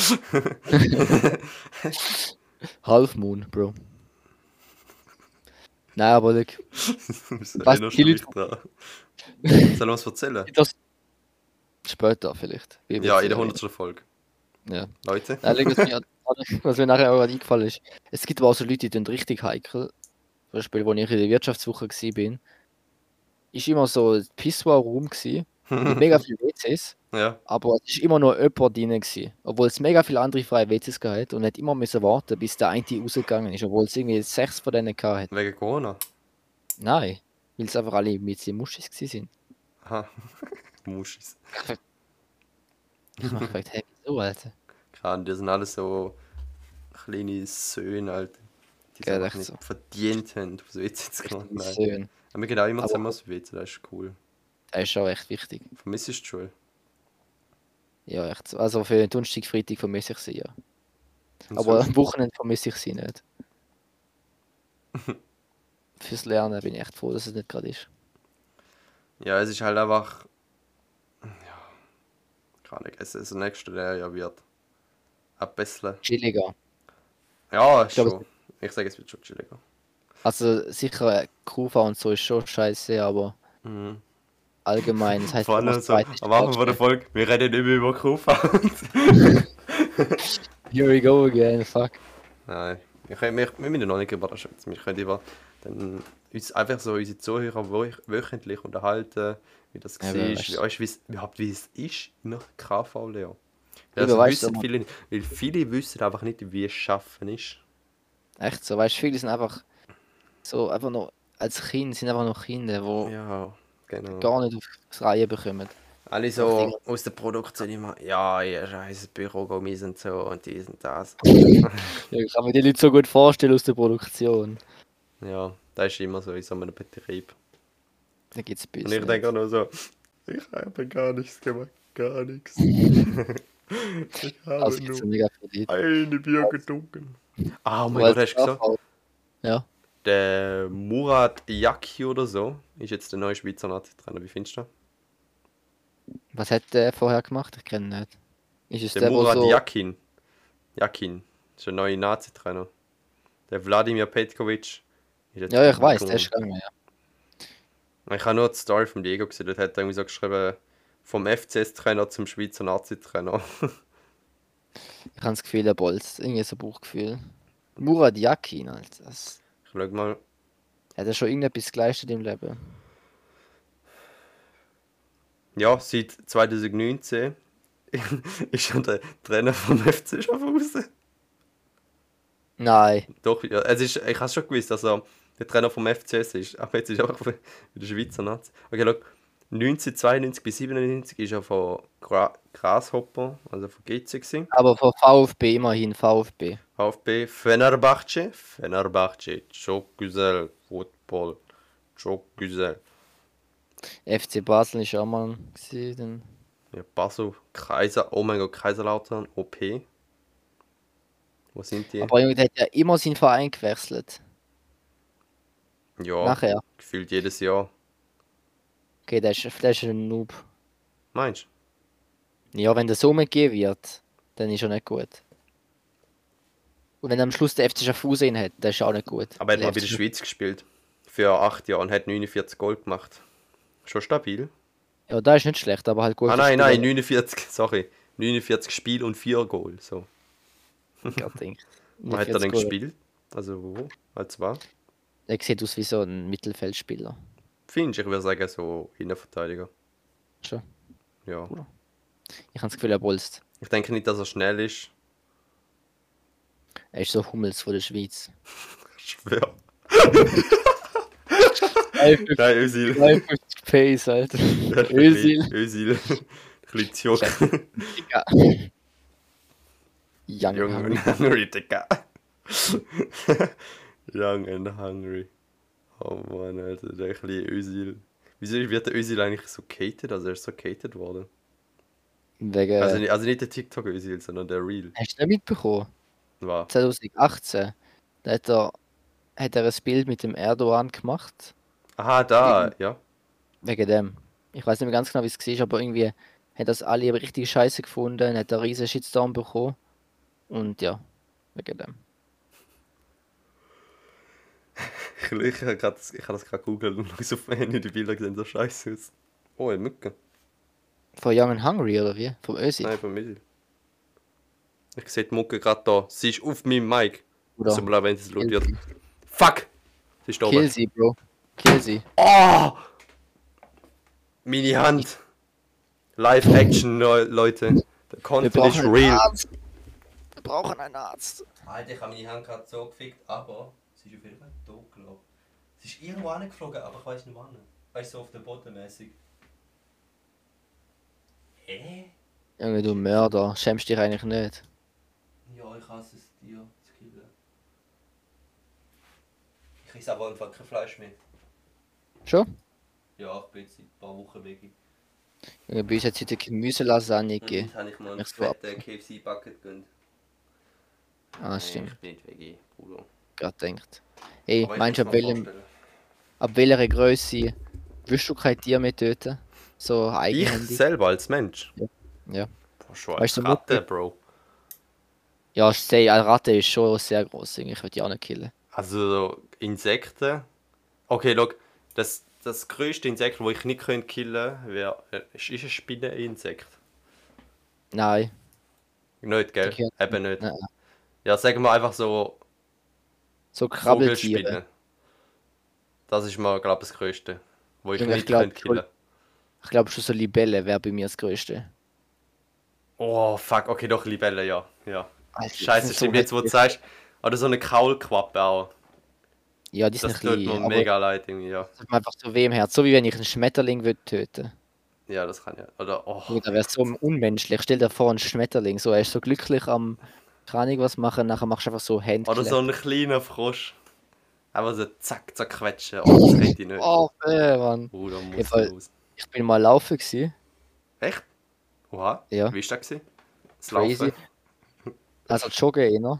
S2: Half Moon, Bro. Nein, aber look,
S1: Was
S2: Was
S1: erinnerst
S2: die
S1: du dich
S2: Leute-
S1: dran? Sollen wir es <laughs> erzählen?
S2: das später vielleicht. Wie
S1: Ja,
S2: wir-
S1: in der 100. Folge.
S2: äh, Ja.
S1: Leute.
S2: Nein, schau, was, mir, was mir nachher auch gerade eingefallen ist. Es gibt aber auch so Leute, die tun richtig heikel. Zum Beispiel, als ich in der Wirtschaftswoche war, ist immer so ein Pissoir-Raum gewesen,
S1: Mhm.
S2: mit mega viel WCs,
S1: <laughs> ja.
S2: aber es ist immer nur jemand drin gewesen. Obwohl es mega viele andere freie WCs gehabt und hat immer müssen warten, bis der eine rausgegangen ist, obwohl es irgendwie sechs von denen gehabt hat.
S1: Wegen Corona.
S2: Nein, weil es einfach alle mit den Muschis gewesen sind.
S1: Aha. <laughs> Muschis.
S2: Ich habe mich gefragt, hey, wieso, Alter?
S1: Gerade, die sind alle so kleine Söhne, Alter. Die
S2: Gell,
S1: sind
S2: echt
S1: nicht
S2: so.
S1: verdient haben, aufs WC zu kommen. Oh, Nein.
S2: Schön.
S1: Aber wir gehen auch immer
S2: Aber-
S1: zusammen aufs WC, das ist cool.
S2: Das ist auch echt wichtig.
S1: Vermisst du die Schule?
S2: Ja, echt. so. Also für den Donnerstag, Freitag vermisse ich sie, ja.
S1: Und
S2: Aber
S1: sonst-
S2: am Wochenende vermisse ich
S1: <laughs>
S2: sie nicht. Fürs Lernen bin ich echt froh, dass es nicht gerade ist.
S1: Ja, es ist halt einfach... Ja. Keine Ahnung, es ist das nächste Lehrjahr wird. Ein bisschen.
S2: Chilliger.
S1: Ja, ich
S2: glaube,
S1: schon. Ich sage, es wird schon chilliger.
S2: Also sicher, äh, QV und so ist schon scheiße, aber
S1: Mhm.
S2: allgemein, das heißt,
S1: Vor allem so, am Anfang von der Folge, wir reden nicht mehr über Kufa.
S2: Here we go again, fuck.
S1: <laughs> Nein, wir, können, wir, wir müssen noch nicht überraschen. Wir können über dann uns einfach so unsere Zuhörer wo- wöchentlich unterhalten, wie das
S2: Ja,
S1: war,
S2: wer
S1: wie,
S2: weiß.
S1: weißt, wie, es- überhaupt, wie es ist nach KV, Leo.
S2: Ja,
S1: Weil,
S2: wer
S1: das
S2: weiß,
S1: wissen
S2: aber-
S1: viele, nicht. weil viele wissen einfach nicht, wie es schaffen ist.
S2: Echt so, weißt du, viele sind einfach so, einfach noch, als Kind sind einfach noch Kinder, wo
S1: Ja, genau.
S2: gar nicht auf die Reihe bekommen.
S1: Alle
S2: Richtig.
S1: so aus der Produktion immer, ja, ihr scheiß Büro, wir sind so und dies und
S2: <laughs>
S1: das.
S2: Ja, ich kann mir die Leute so gut vorstellen aus der Produktion.
S1: ja, das ist immer so in so einem Betrieb.
S2: Da gibt es
S1: Und ich denke auch nur so, ich habe gar nichts gemacht, gar nichts. ich habe
S2: Also gibt es
S1: nur
S2: mega viele Leute.
S1: eine Bier getrunken. Ah, oh mein
S2: Weil
S1: Gott, hast du
S2: es
S1: gesagt,
S2: auch- Ja.
S1: der Murat Yaki oder so ist jetzt der neue Schweizer Nazi-Trainer, wie findest du?
S2: Was hat der vorher gemacht? Ich kenne ihn nicht. Ist es
S1: Den?
S2: der,
S1: Der
S2: wo
S1: Murat
S2: so...
S1: Yakin. Yakin, ist der neue Nazi-Trainer. Der Wladimir Petkovic. ist jetzt
S2: Ja, ich
S1: geworden.
S2: weiß, der ist gegangen, ja.
S1: Ich habe nur die Story vom Diego gesehen, dort hat er irgendwie so geschrieben, vom FCS-Trainer zum Schweizer Nazi-Trainer. <laughs>
S2: Ich habe das Gefühl, der Bolz. Irgendwie so ein Bauchgefühl. Murat Yakin, Alter. Das...
S1: Ich schau mal,
S2: Hat er schon irgendetwas geleistet im Leben?
S1: Ja, seit 2019 <laughs> ist schon der Trainer vom FC Schaffhausen.
S2: Nein.
S1: Doch, ja, es ist, ich habe schon gewusst, dass er der Trainer vom FCS ist. Aber jetzt ist er einfach der Schweizer Nazi. Okay, schau, 1992 bis 1997 ist er von Gra Grasshopper, also von GC, gewesen.
S2: Aber von VfB immerhin, VfB.
S1: VfB Fenerbahce, Fenerbahce, çok güzel, Football, çok güzel.
S2: FC Basel ist auch mal gewesen, dann...
S1: Ja, Basel, Kaiser, oh mein Gott, Kaiserlautern, OP. Wo sind die?
S2: Aber Junge, der hat ja immer seinen Verein gewechselt.
S1: Ja.
S2: Nachher.
S1: Gefühlt jedes Jahr.
S2: Okay, der ist, der ist ein Noob.
S1: Meinst
S2: Ja, wenn der so umgehen wird, dann ist er nicht gut. Und wenn am Schluss der FC Schaffhausen ihn hat, dann ist er auch nicht gut.
S1: du? Aber er hat mal
S2: FC
S1: bei der Schweiz gespielt. Für acht Jahre und hat 49 Goal gemacht. Schon stabil.
S2: Ja, da ist nicht schlecht, aber halt gut.
S1: ah nein, nein,
S2: <laughs>
S1: 49, <laughs> sorry. 49 Spiel und 4 Goal. So.
S2: Halt
S1: Wo hat er denn gespielt? Also wo? Als war?
S2: Er sieht aus wie so ein Mittelfeldspieler.
S1: Finch, ich würde sagen, so Innenverteidiger.
S2: Schon.
S1: Ja.
S2: Ich habe das Gefühl, er bolzt.
S1: Ich denke nicht, dass er schnell ist. <laughs>
S2: Er ist so Hummels von der Schweiz.
S1: Ich
S2: <laughs>
S1: schwöre.
S2: Nein,
S1: Nein, Özil.
S2: Pace, Alter.
S1: Ja, ein
S2: Özil.
S1: bisschen- <laughs> Özil. Ein bisschen zu jung.
S2: Digga. Young
S1: Young
S2: Hungry.
S1: and hungry, Digga. <laughs> Young and hungry. Oh Mann, Alter, der kleine Özil. Wieso wird der Özil eigentlich so catered? Also er ist so catered worden.
S2: Wegen.
S1: Also, nicht- also nicht der TikTok-Özil, sondern der Real.
S2: Hast du nicht mitbekommen?
S1: War.
S2: 2018. Da hat er, hat er ein Bild mit dem Erdogan gemacht.
S1: Aha, da, ja.
S2: Wegen dem. Ich weiß nicht mehr ganz genau, wie es war, aber irgendwie hat das alle richtig scheiße gefunden, hat einen riesen Shitstorm bekommen. Und ja, wegen dem.
S1: Ich, ich habe das, ich hab das gerade googelt und schaue auf mein Handy, die Bilder sehen so scheiße aus. Oh, eine Mücke.
S2: Von Young and Hungry oder wie? Vom Ösi?
S1: Nein, von Mittel. Ich sehe die Mucke gerade da. Sie ist auf meinem Mic.
S2: Oder?
S1: Zum Beispiel, wenn sie es
S2: Kill
S1: lautet.
S2: sie.
S1: Fuck! Sie ist da
S2: Kill
S1: oben.
S2: sie, Bro. Kill sie.
S1: Oh! Meine Hand. Live-Action, Leu- Leute. Der Content ist real.
S2: Arzt. Wir brauchen einen Arzt.
S1: Alter, ich habe meine Hand gerade so gefickt, aber sie ist auf jeden Fall tot, glaube ich. Sie ist irgendwo angeflogen, aber ich weiß nicht wann. Weißt du, so auf den Boden mäßig. Hä?
S2: Junge, du Mörder. Schämst dich eigentlich nicht.
S1: Ja, ich hasse es, dir zu killen. Ich esse aber einfach kein Fleisch mehr.
S2: Schon?
S1: Ja, ich bin jetzt seit ein paar Wochen weg.
S2: Junge, bei uns hat es heute
S1: Mhm.
S2: Gemüselasagne gegeben.
S1: Und habe ich mal einen
S2: Ich glaub.
S1: fetten KFC-Bucket gegönnt.
S2: Ah, stimmt.
S1: Ich bin nicht weg, Bruder.
S2: Gerade denkt. Ey,
S1: Aber ich
S2: meinst du, ab,
S1: kann's mir
S2: welchem,
S1: vorstellen.
S2: ab welcher Größe wirst du kein Tier mehr töten? So
S1: Ich
S2: eigenhändig.
S1: selber als Mensch?
S2: Ja.
S1: Boah, schon
S2: Weißt
S1: als
S2: du,
S1: Ratte, Bro.
S2: Ja, sei, eine Ratte ist schon sehr groß. Ich würde die auch nicht killen.
S1: Also so Insekten. Okay, look, das, das größte Insekt, wo ich nicht könnte killen wäre ist, ist ein Spinneninsekt.
S2: Nein.
S1: Nicht, gell?
S2: Okay.
S1: Eben nicht.
S2: Nein.
S1: Ja, sagen wir einfach so
S2: So Krabbeltiere.
S1: Vogelspinnen. Das ist mal, glaube ich, das größte, wo ich
S2: Junge, ich
S1: nicht
S2: glaub,
S1: könnte killen.
S2: Ich glaube schon so Libelle wäre bei mir das Größte.
S1: Oh, fuck, okay, doch Libelle, ja. ja.
S2: Alter, die
S1: Scheiße,
S2: sind
S1: stimmt,
S2: <laughs> so
S1: jetzt wo du
S2: heftig.
S1: sagst. Oder so eine Kaulquappe auch.
S2: Ja, die sind
S1: Das
S2: ein
S1: tut mir
S2: bisschen, aber
S1: mega leid, irgendwie, ja.
S2: das tut mir einfach so weh im Herz. So wie wenn ich einen Schmetterling würde töten.
S1: Ja, das kann ja. Oder, oh.
S2: Junge, Da wäre so unmenschlich. Stell dir vor, ein Schmetterling. So, er ist so glücklich am Kranig was machen, nachher machst du einfach so Hände.
S1: Oder so einen kleinen Frosch. Einfach so zack, zack quetschen. Oh, das geht ich nicht.
S2: Oh, weh, Mann.
S1: Oh, da muss
S2: Ja,
S1: ich
S2: voll.
S1: raus.
S2: Ich bin mal laufen gewesen.
S1: Echt? Oha?
S2: Ja.
S1: Wie ist das gewesen? Das
S2: Crazy.
S1: Laufen?
S2: Also joggen eh noch.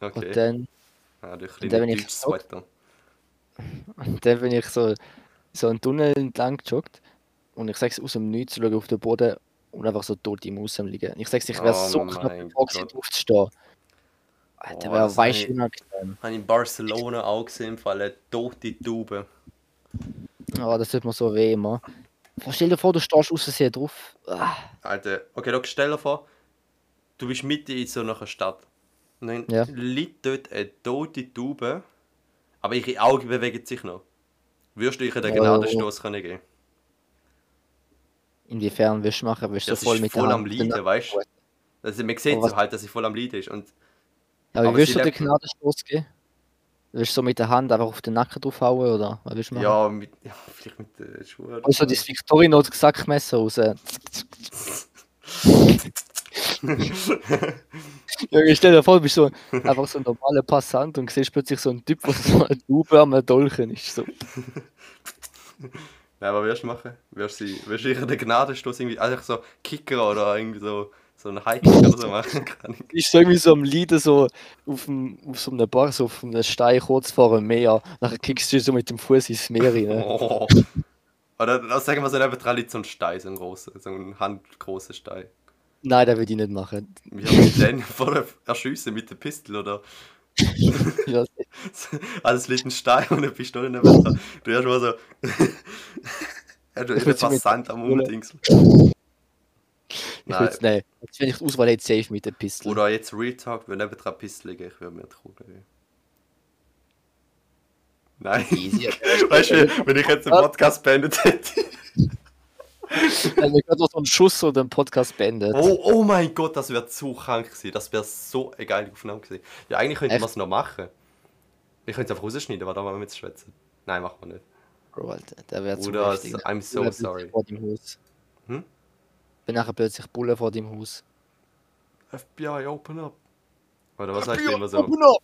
S2: Und
S1: Okay.
S2: dann, <laughs>
S1: Ah, durch
S2: und dann bin
S1: kleine
S2: ich
S1: deutsches
S2: gezockt.
S1: Sweater.
S2: dann bin ich so, so einen Tunnel entlang gejoggt. Und ich sag's aus dem Nichts, schaue auf den Boden und einfach so tote Maus am liegen. Und ich sag's, ich wäre
S1: Oh
S2: so knapp
S1: mein
S2: davor gewesen,
S1: Gott.
S2: aufzustehen. Alter,
S1: Oh,
S2: wäre
S1: das hab
S2: weich
S1: ich-
S2: unangenehm.
S1: Habe ich in Barcelona auch gesehen, fallen tote Tauben.
S2: Oh, das tut mir so weh, Mann. Stell dir vor, du stehst aus Versehen drauf. Ah,
S1: Alter, okay, schau, stell dir vor, du bist mitten in so einer Stadt. Und dann
S2: Ja.
S1: liegt dort eine tote Taube, aber ihre Augen bewegen sich noch. Würdest du ihr den
S2: Oh.
S1: Gnadenstoß können geben?
S2: inwiefern wirst du machen? Wirst du
S1: Das
S2: so voll
S1: ist
S2: mit
S1: voll
S2: der
S1: am
S2: Hand-
S1: Leiden, weißt du? Also man sieht
S2: Aber
S1: so
S2: was-
S1: halt, dass sie voll am Leiden ist. Und
S2: Aber,
S1: Aber
S2: aber wirst
S1: sie
S2: du den
S1: lebt noch.
S2: Gnadenstoß geben? Wirst du so mit der Hand einfach auf den Nacken draufhauen oder was willst du machen?
S1: ja, mit, ja, vielleicht mit den Schuhen. oder
S2: Und so
S1: so.
S2: Also das Victorinox-Sackmesser raus. <laughs> Junge, stell dir vor, du bist so einfach so ein normaler Passant und siehst plötzlich so einen Typ, der so ein Taube am Dolchen ist. So.
S1: Nein, aber wirst du machen? Wirst du, wirst du ihr den Gnadenstoß irgendwie einfach so kicken oder irgendwie so, so einen Hiking oder so
S2: <laughs>
S1: machen? Kann ich.
S2: Ich stell mich so am Leiden so auf, dem, auf so einem Bar, so auf einem Stein kurz vor dem Meer. Nachher kickst du so mit dem Fuß ins Meer rein.
S1: Oh. Oder oder sagen wir so einfach dran liegt so ein Stein, so ein großer, so ein handgroßer Stein.
S2: Nein, das würde ich nicht machen.
S1: Wir haben ihn dann <laughs> voll erschießen mit der Pistole oder.
S2: Ich weiß nicht.
S1: Also es liegt ein Stein und eine Pistole neben dran. Du hörst mal so. <laughs> ja, du
S2: Ich
S1: hast
S2: würd sie mit-
S1: etwas Sand am
S2: Oder-
S1: Umdingsel.
S2: Ich
S1: Nein,
S2: würde nein. Jetzt, wenn ich die Auswahl hätte, safe mit der Pistole.
S1: oder jetzt Real Talk, wenn neben dran Pistole liegen, ich würde mir die Kugel geben. Nein.
S2: Easy.
S1: <laughs> Weißt
S2: <laughs>
S1: du, wenn ich jetzt den Podcast beendet hätte.
S2: Wenn wir gerade noch so einen Schuss oder einen Podcast beendet.
S1: Oh, oh mein Gott, das wäre zu krank gewesen. Das wäre so eine geile Aufnahme gewesen. Ja, eigentlich könnte
S2: Echt?
S1: man es noch machen. Ich könnte es einfach rausschneiden, aber da wollen wir jetzt schwätzen. Nein, machen wir nicht.
S2: Bro, Alter, der wäre zu
S1: Bruder,
S2: heftig.
S1: I'm so
S2: Bullen plötzlich
S1: sorry.
S2: Vor deinem Haus.
S1: Hm?
S2: Bin nachher plötzlich Bulle vor deinem Haus.
S1: FBI, open up. Oder was heißt immer so?
S2: Open up!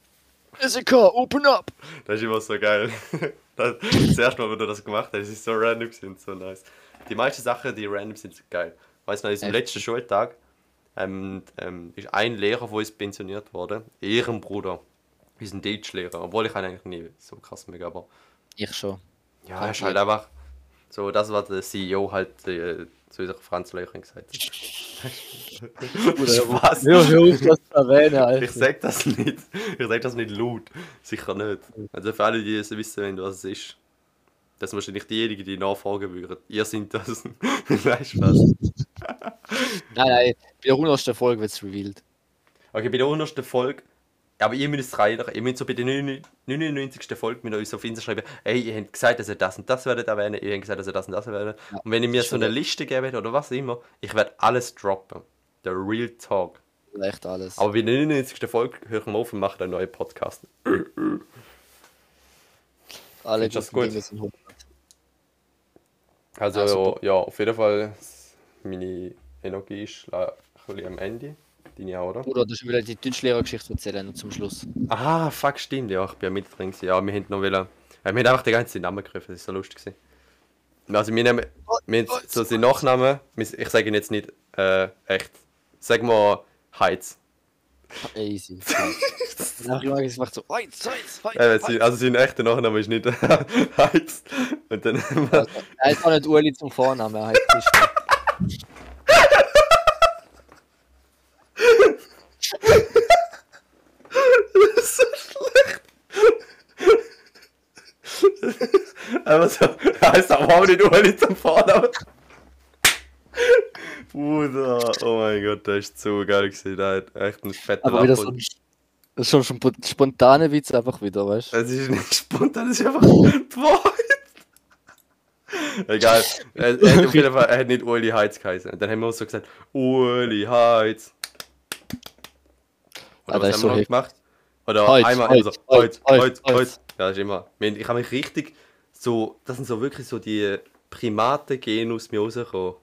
S2: SEK, open up!
S1: Das ist immer so geil. <laughs> Das, das erste Mal, wenn du das gemacht hast, ist so random sind so nice. Die meisten Sachen, die random sind, sind geil. Weißt du, an diesem
S2: Echt?
S1: letzten Schultag ähm, ähm, ist ein Lehrer von uns pensioniert worden. Ehrenbruder. Ist ein Deutschlehrer. Obwohl ich ihn eigentlich nie so krass mega, aber.
S2: Ich schon.
S1: Ja,
S2: Kann
S1: er ist
S2: ich
S1: halt einfach So, das, was der CEO halt äh, zu unserer Franzlöchern gesagt <laughs> hat. Oder <laughs> was?
S2: Ja, hör auf, das zu erwähnen, Alter.
S1: Ich sag das nicht. Ich sag das nicht laut. Sicher nicht. Also für alle, die es wissen wollen, was es ist. Das sind wahrscheinlich diejenigen, die nachfragen würden. Ihr sind das. <laughs> weißt du was?
S2: Nein, nein, bei der 100. Folge wird es revealed.
S1: Okay, bei der 100. Folge. Aber ihr müsst es reinigen. Ihr müsst so bei der 99 99. Folge mit uns auf Insta schreiben, ey, ihr habt gesagt, dass ihr das und das werdet erwähnen, ihr habt gesagt, dass ihr das und das erwähnen.
S2: Ja,
S1: und wenn ihr mir
S2: das
S1: so eine
S2: stimmt.
S1: Liste gebt oder was immer, ich werde alles droppen. Der Real Talk.
S2: Echt alles.
S1: Aber bei der 99. Folge hören wir auf und machen einen neuen Podcast.
S2: Alle
S1: find das
S2: guten
S1: gut.
S2: Dinge sind 100.
S1: Also,
S2: Ah, super.
S1: ja, auf jeden Fall, meine Energie ist la- ein bisschen am Ende. Deine auch, oder?
S2: Bruder, du hast wieder die Deutschlehrergeschichte erzählen noch zum Schluss.
S1: Aha, fuck, stimmt, ja, ich bin ja mit drin. gewesen. Ja, wir haben noch wollen. Ja, wir haben einfach den ganzen Namen gegriffen, das ist so lustig. Gewesen. Also, wir nehmen. Wir haben so seinen Nachnamen. wir- Ich sage ihn jetzt nicht äh, echt. Sag mal Heiz. <laughs>
S2: Easy. Nach immer gesagt so, eins, eins, eins.
S1: Äh, sein- also, sein echter Nachname ist nicht <laughs> Heiz. Und dann.
S2: Also, Er ist auch nicht Ueli zum Vornamen, er heißt
S1: <laughs>
S2: Christian.
S1: Einfach so. Also, Heißt aber auch nicht Ueli zum Vornamen. Bruder, oh mein Gott, der ist zu geil gewesen. Der hat echt einen fetten
S2: Aber wieder so
S1: Abfuck.
S2: ein, das ist schon schon spo- spontane Witz einfach wieder, weißt du?
S1: Es ist nicht <laughs> spontan, es ist einfach die Wahrheit. Egal. Er, er, hat auf jeden Fall, er hat nicht Uli Heiz geheißen. Und Dann haben wir uns so gesagt, Uli Heiz. Oder
S2: Ah, das
S1: was
S2: ist
S1: haben
S2: so
S1: wir noch
S2: heftig.
S1: gemacht? Oder
S2: Heiz,
S1: einmal also
S2: Heiz,
S1: immer so,
S2: Heiz,
S1: Heiz,
S2: Heiz,
S1: Heiz,
S2: Heiz.
S1: Heiz. Ja, das ist immer. Ich mein, Ich habe mich richtig so, das sind so wirklich so die Primaten-Gene aus mir rausgekommen.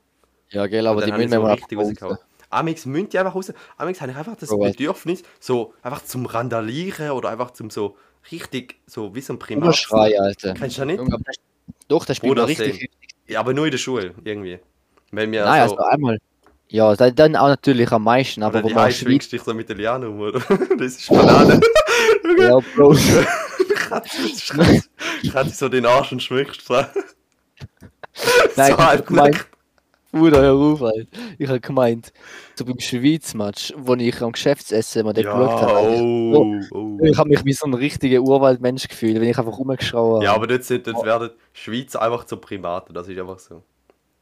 S2: Ja, gell, aber
S1: Und
S2: die
S1: dann
S2: müssen wir
S1: habe
S2: mal
S1: ich so richtig rausgehauen.
S2: abhauen.
S1: Amix münd die einfach raus. Amix habe ich einfach das
S2: Bro, was?
S1: Bedürfnis, so einfach zum Randalieren oder einfach zum so richtig, so wie so ein Primat.
S2: Überschrei, Alter.
S1: Kennst du das nicht?
S2: Junge, Doch, das spielt
S1: Bruder,
S2: man richtig
S1: same.
S2: heftig.
S1: Ja, aber nur in der Schule, irgendwie. Wenn wir
S2: Nein,
S1: so,
S2: also einmal. Ja, dann- dann auch natürlich am meisten, aber
S1: oder
S2: wo
S1: die
S2: man
S1: Hand
S2: schwitzt.
S1: schwingst dich so mit der Liane um, oder? <laughs> das ist
S2: <laughs>
S1: Banane.
S2: Ja,
S1: <laughs>
S2: Bro.
S1: Schatz, Schatz, so den Arsch und
S2: <laughs>
S1: schwingst so.
S2: Nein, ich
S1: so
S2: hab
S1: halt
S2: gemeint,
S1: nicht.
S2: Bruder, hör auf, Alter. Ich habe gemeint, so beim Schweiz-Match, wo ich am Geschäftsessen mal den
S1: Ja,
S2: geschaut habe. Alter.
S1: oh, oh.
S2: Ich habe mich wie so ein richtiger Urwaldmensch gefühlt, wenn ich einfach rumgeschraubt habe.
S1: Ja, aber dort, sind,
S2: Oh.
S1: dort werden Schweiz einfach zu Primaten, das ist einfach so.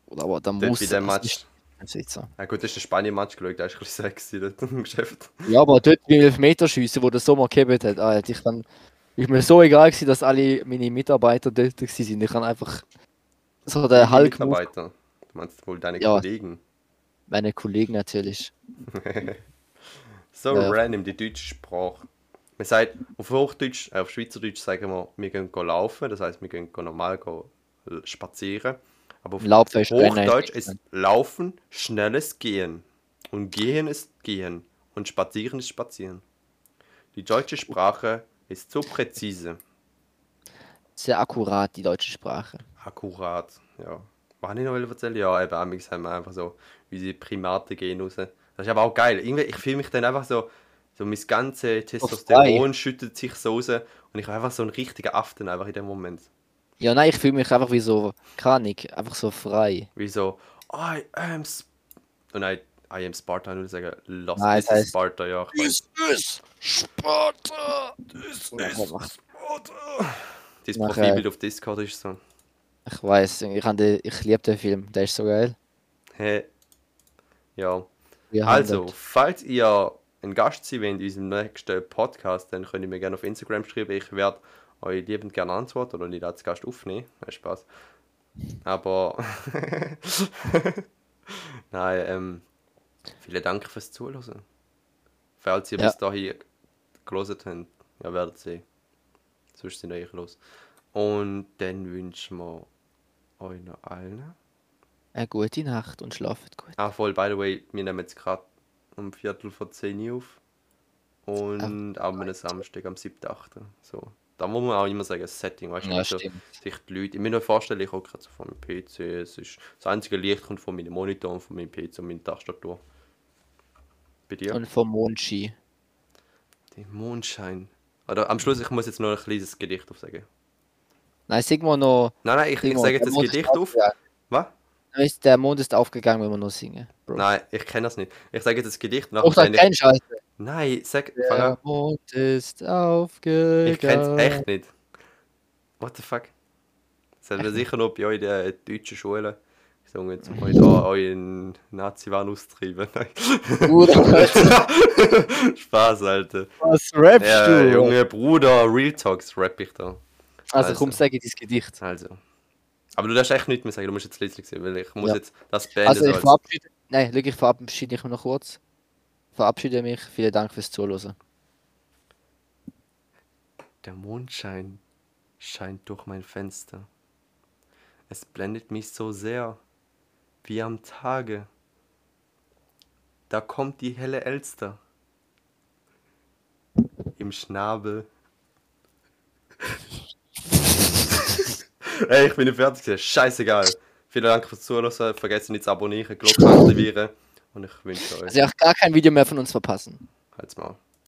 S2: Oder aber dann
S1: Dort
S2: muss
S1: bei dem
S2: das
S1: Match.
S2: ist ein Schweizer.
S1: Ja gut, das ist der Spanien-Match geschaut, da ist ein bisschen sexy dort <laughs> im Geschäft.
S2: Ja, aber dort beim Elfmeterschiessen, wo der Sommer gehabt hat, Alter, ich kann. Ich mir so egal gewesen, dass alle meine Mitarbeiter dort gewesen sind. Ich kann einfach. So der
S1: Die
S2: Hulk move
S1: Mitarbeiter. Du meinst wohl deine
S2: Ja.
S1: Kollegen.
S2: meine Kollegen natürlich.
S1: So
S2: Ja.
S1: random, die deutsche Sprache. Man sagt, auf Hochdeutsch, äh, auf Schweizerdeutsch sagen wir, wir gehen go laufen, das heißt, wir gehen go normal go l- spazieren. Aber auf
S2: Laubfest
S1: Hochdeutsch ist Laufen schnelles Gehen. Und Gehen ist Gehen. Und Spazieren ist Spazieren. Die deutsche Sprache ist so präzise.
S2: sehr akkurat, die deutsche Sprache.
S1: Akkurat, ja. Was habe ich noch erzählen? Ja, eben, amigs haben wir einfach so unsere Primaten gehen raus. Das ist aber auch geil. Irgendwie, ich fühle mich dann einfach so, so mein ganzes Testosteron schüttet sich so raus und ich habe einfach so einen richtigen Aften einfach in dem Moment.
S2: Ja, nein, ich fühle mich einfach wie so kranig, einfach so frei.
S1: Wie so, I am Sp oh nein, I am Sparta, ich würde sagen, Lost
S2: Nein, es
S1: this is
S2: heißt-
S1: Sparta, ja. Ich weiß.
S2: ist Sparta! Ich
S1: Dein
S2: Nachher-
S1: Profilbild auf Discord ist so,
S2: weiß, ich, hab den- ich liebe den Film, der ist so geil.
S1: hä? Ja.
S2: Wir haben
S1: Also,
S2: den-
S1: falls ihr ein Gast sein wollt in unserem nächsten Podcast, dann könnt ihr mir gerne auf Instagram schreiben. Ich werde euch liebend gerne antworten oder nicht als Gast aufnehmen. Nein, Spaß. Aber. <laughs> Nein, ähm, vielen Dank fürs Zuhören. Falls ihr
S2: Ja.
S1: bis dahin gelesen habt, ihr werdet sehen. Sonst sind euch los. Und dann wünschen wir euch noch allen.
S2: eine gute Nacht und schlaft gut.
S1: Ah, voll, by the way, wir nehmen jetzt gerade um Viertel vor 10 Uhr auf. Und am einem Samstag, am 7.8. So. Da muss man auch immer sagen, das Setting, weißt du,
S2: Ja,
S1: also,
S2: stimmt.
S1: sich die Leute. Ich muss mir vorstellen, ich hocke gerade so vor meinem PC. Es ist, das einzige Licht kommt von meinem Monitor und von meinem PC und meiner Tastatur. Bei dir?
S2: Und vom Mondschein.
S1: Der Mondschein. Oder am Schluss, ich muss jetzt noch ein kleines Gedicht aufsagen.
S2: Nein, sag mal noch.
S1: Nein, nein, ich, ich
S2: Sing mal,
S1: sage jetzt
S2: der
S1: das
S2: Mond ist
S1: Gedicht auf.
S2: aufgegangen.
S1: Was?
S2: Dann ist der Mond ist aufgegangen, wenn wir nur singen. Bro.
S1: Nein, ich kenne das nicht. Ich sage jetzt das Gedicht und nachher
S2: Doch, da
S1: sage ich.
S2: kein Scheiß.
S1: Nein, sag. fang an.
S2: Der Mond ist
S1: Ich kenn's
S2: aufgegangen.
S1: echt nicht. What the fuck? Das haben wir sicher noch bei euch in der deutschen Schule gesungen, um euch da euren Nazi-Wahn auszutreiben.
S2: Bruder,
S1: <laughs> Spaß, Alter.
S2: was rappst
S1: Ja,
S2: du?
S1: Junge Bruder, Real Talks rap ich da.
S2: Also
S1: Also.
S2: komm, sag ich dein Gedicht.
S1: Also. Aber du darfst echt nichts mehr sagen, du musst jetzt letztlich sehen, weil ich muss
S2: Ja.
S1: jetzt das beenden.
S2: Also ich
S1: so als-
S2: verabschiede. Nein, schau, ich verabschiede mich noch kurz. Verabschiede mich. Vielen Dank fürs Zuhören.
S1: Der Mondschein scheint durch mein Fenster. Es blendet mich so sehr wie am Tage. Da kommt die helle Elster. Im Schnabel. <laughs> Ey, ich bin nicht fertig. gewesen. Scheißegal. Vielen Dank fürs Zuhören. Vergesst nicht zu abonnieren, Glocke aktivieren. Und ich wünsche euch.
S2: Also ihr habt gar kein Video mehr von uns verpassen.
S1: Halt's mal.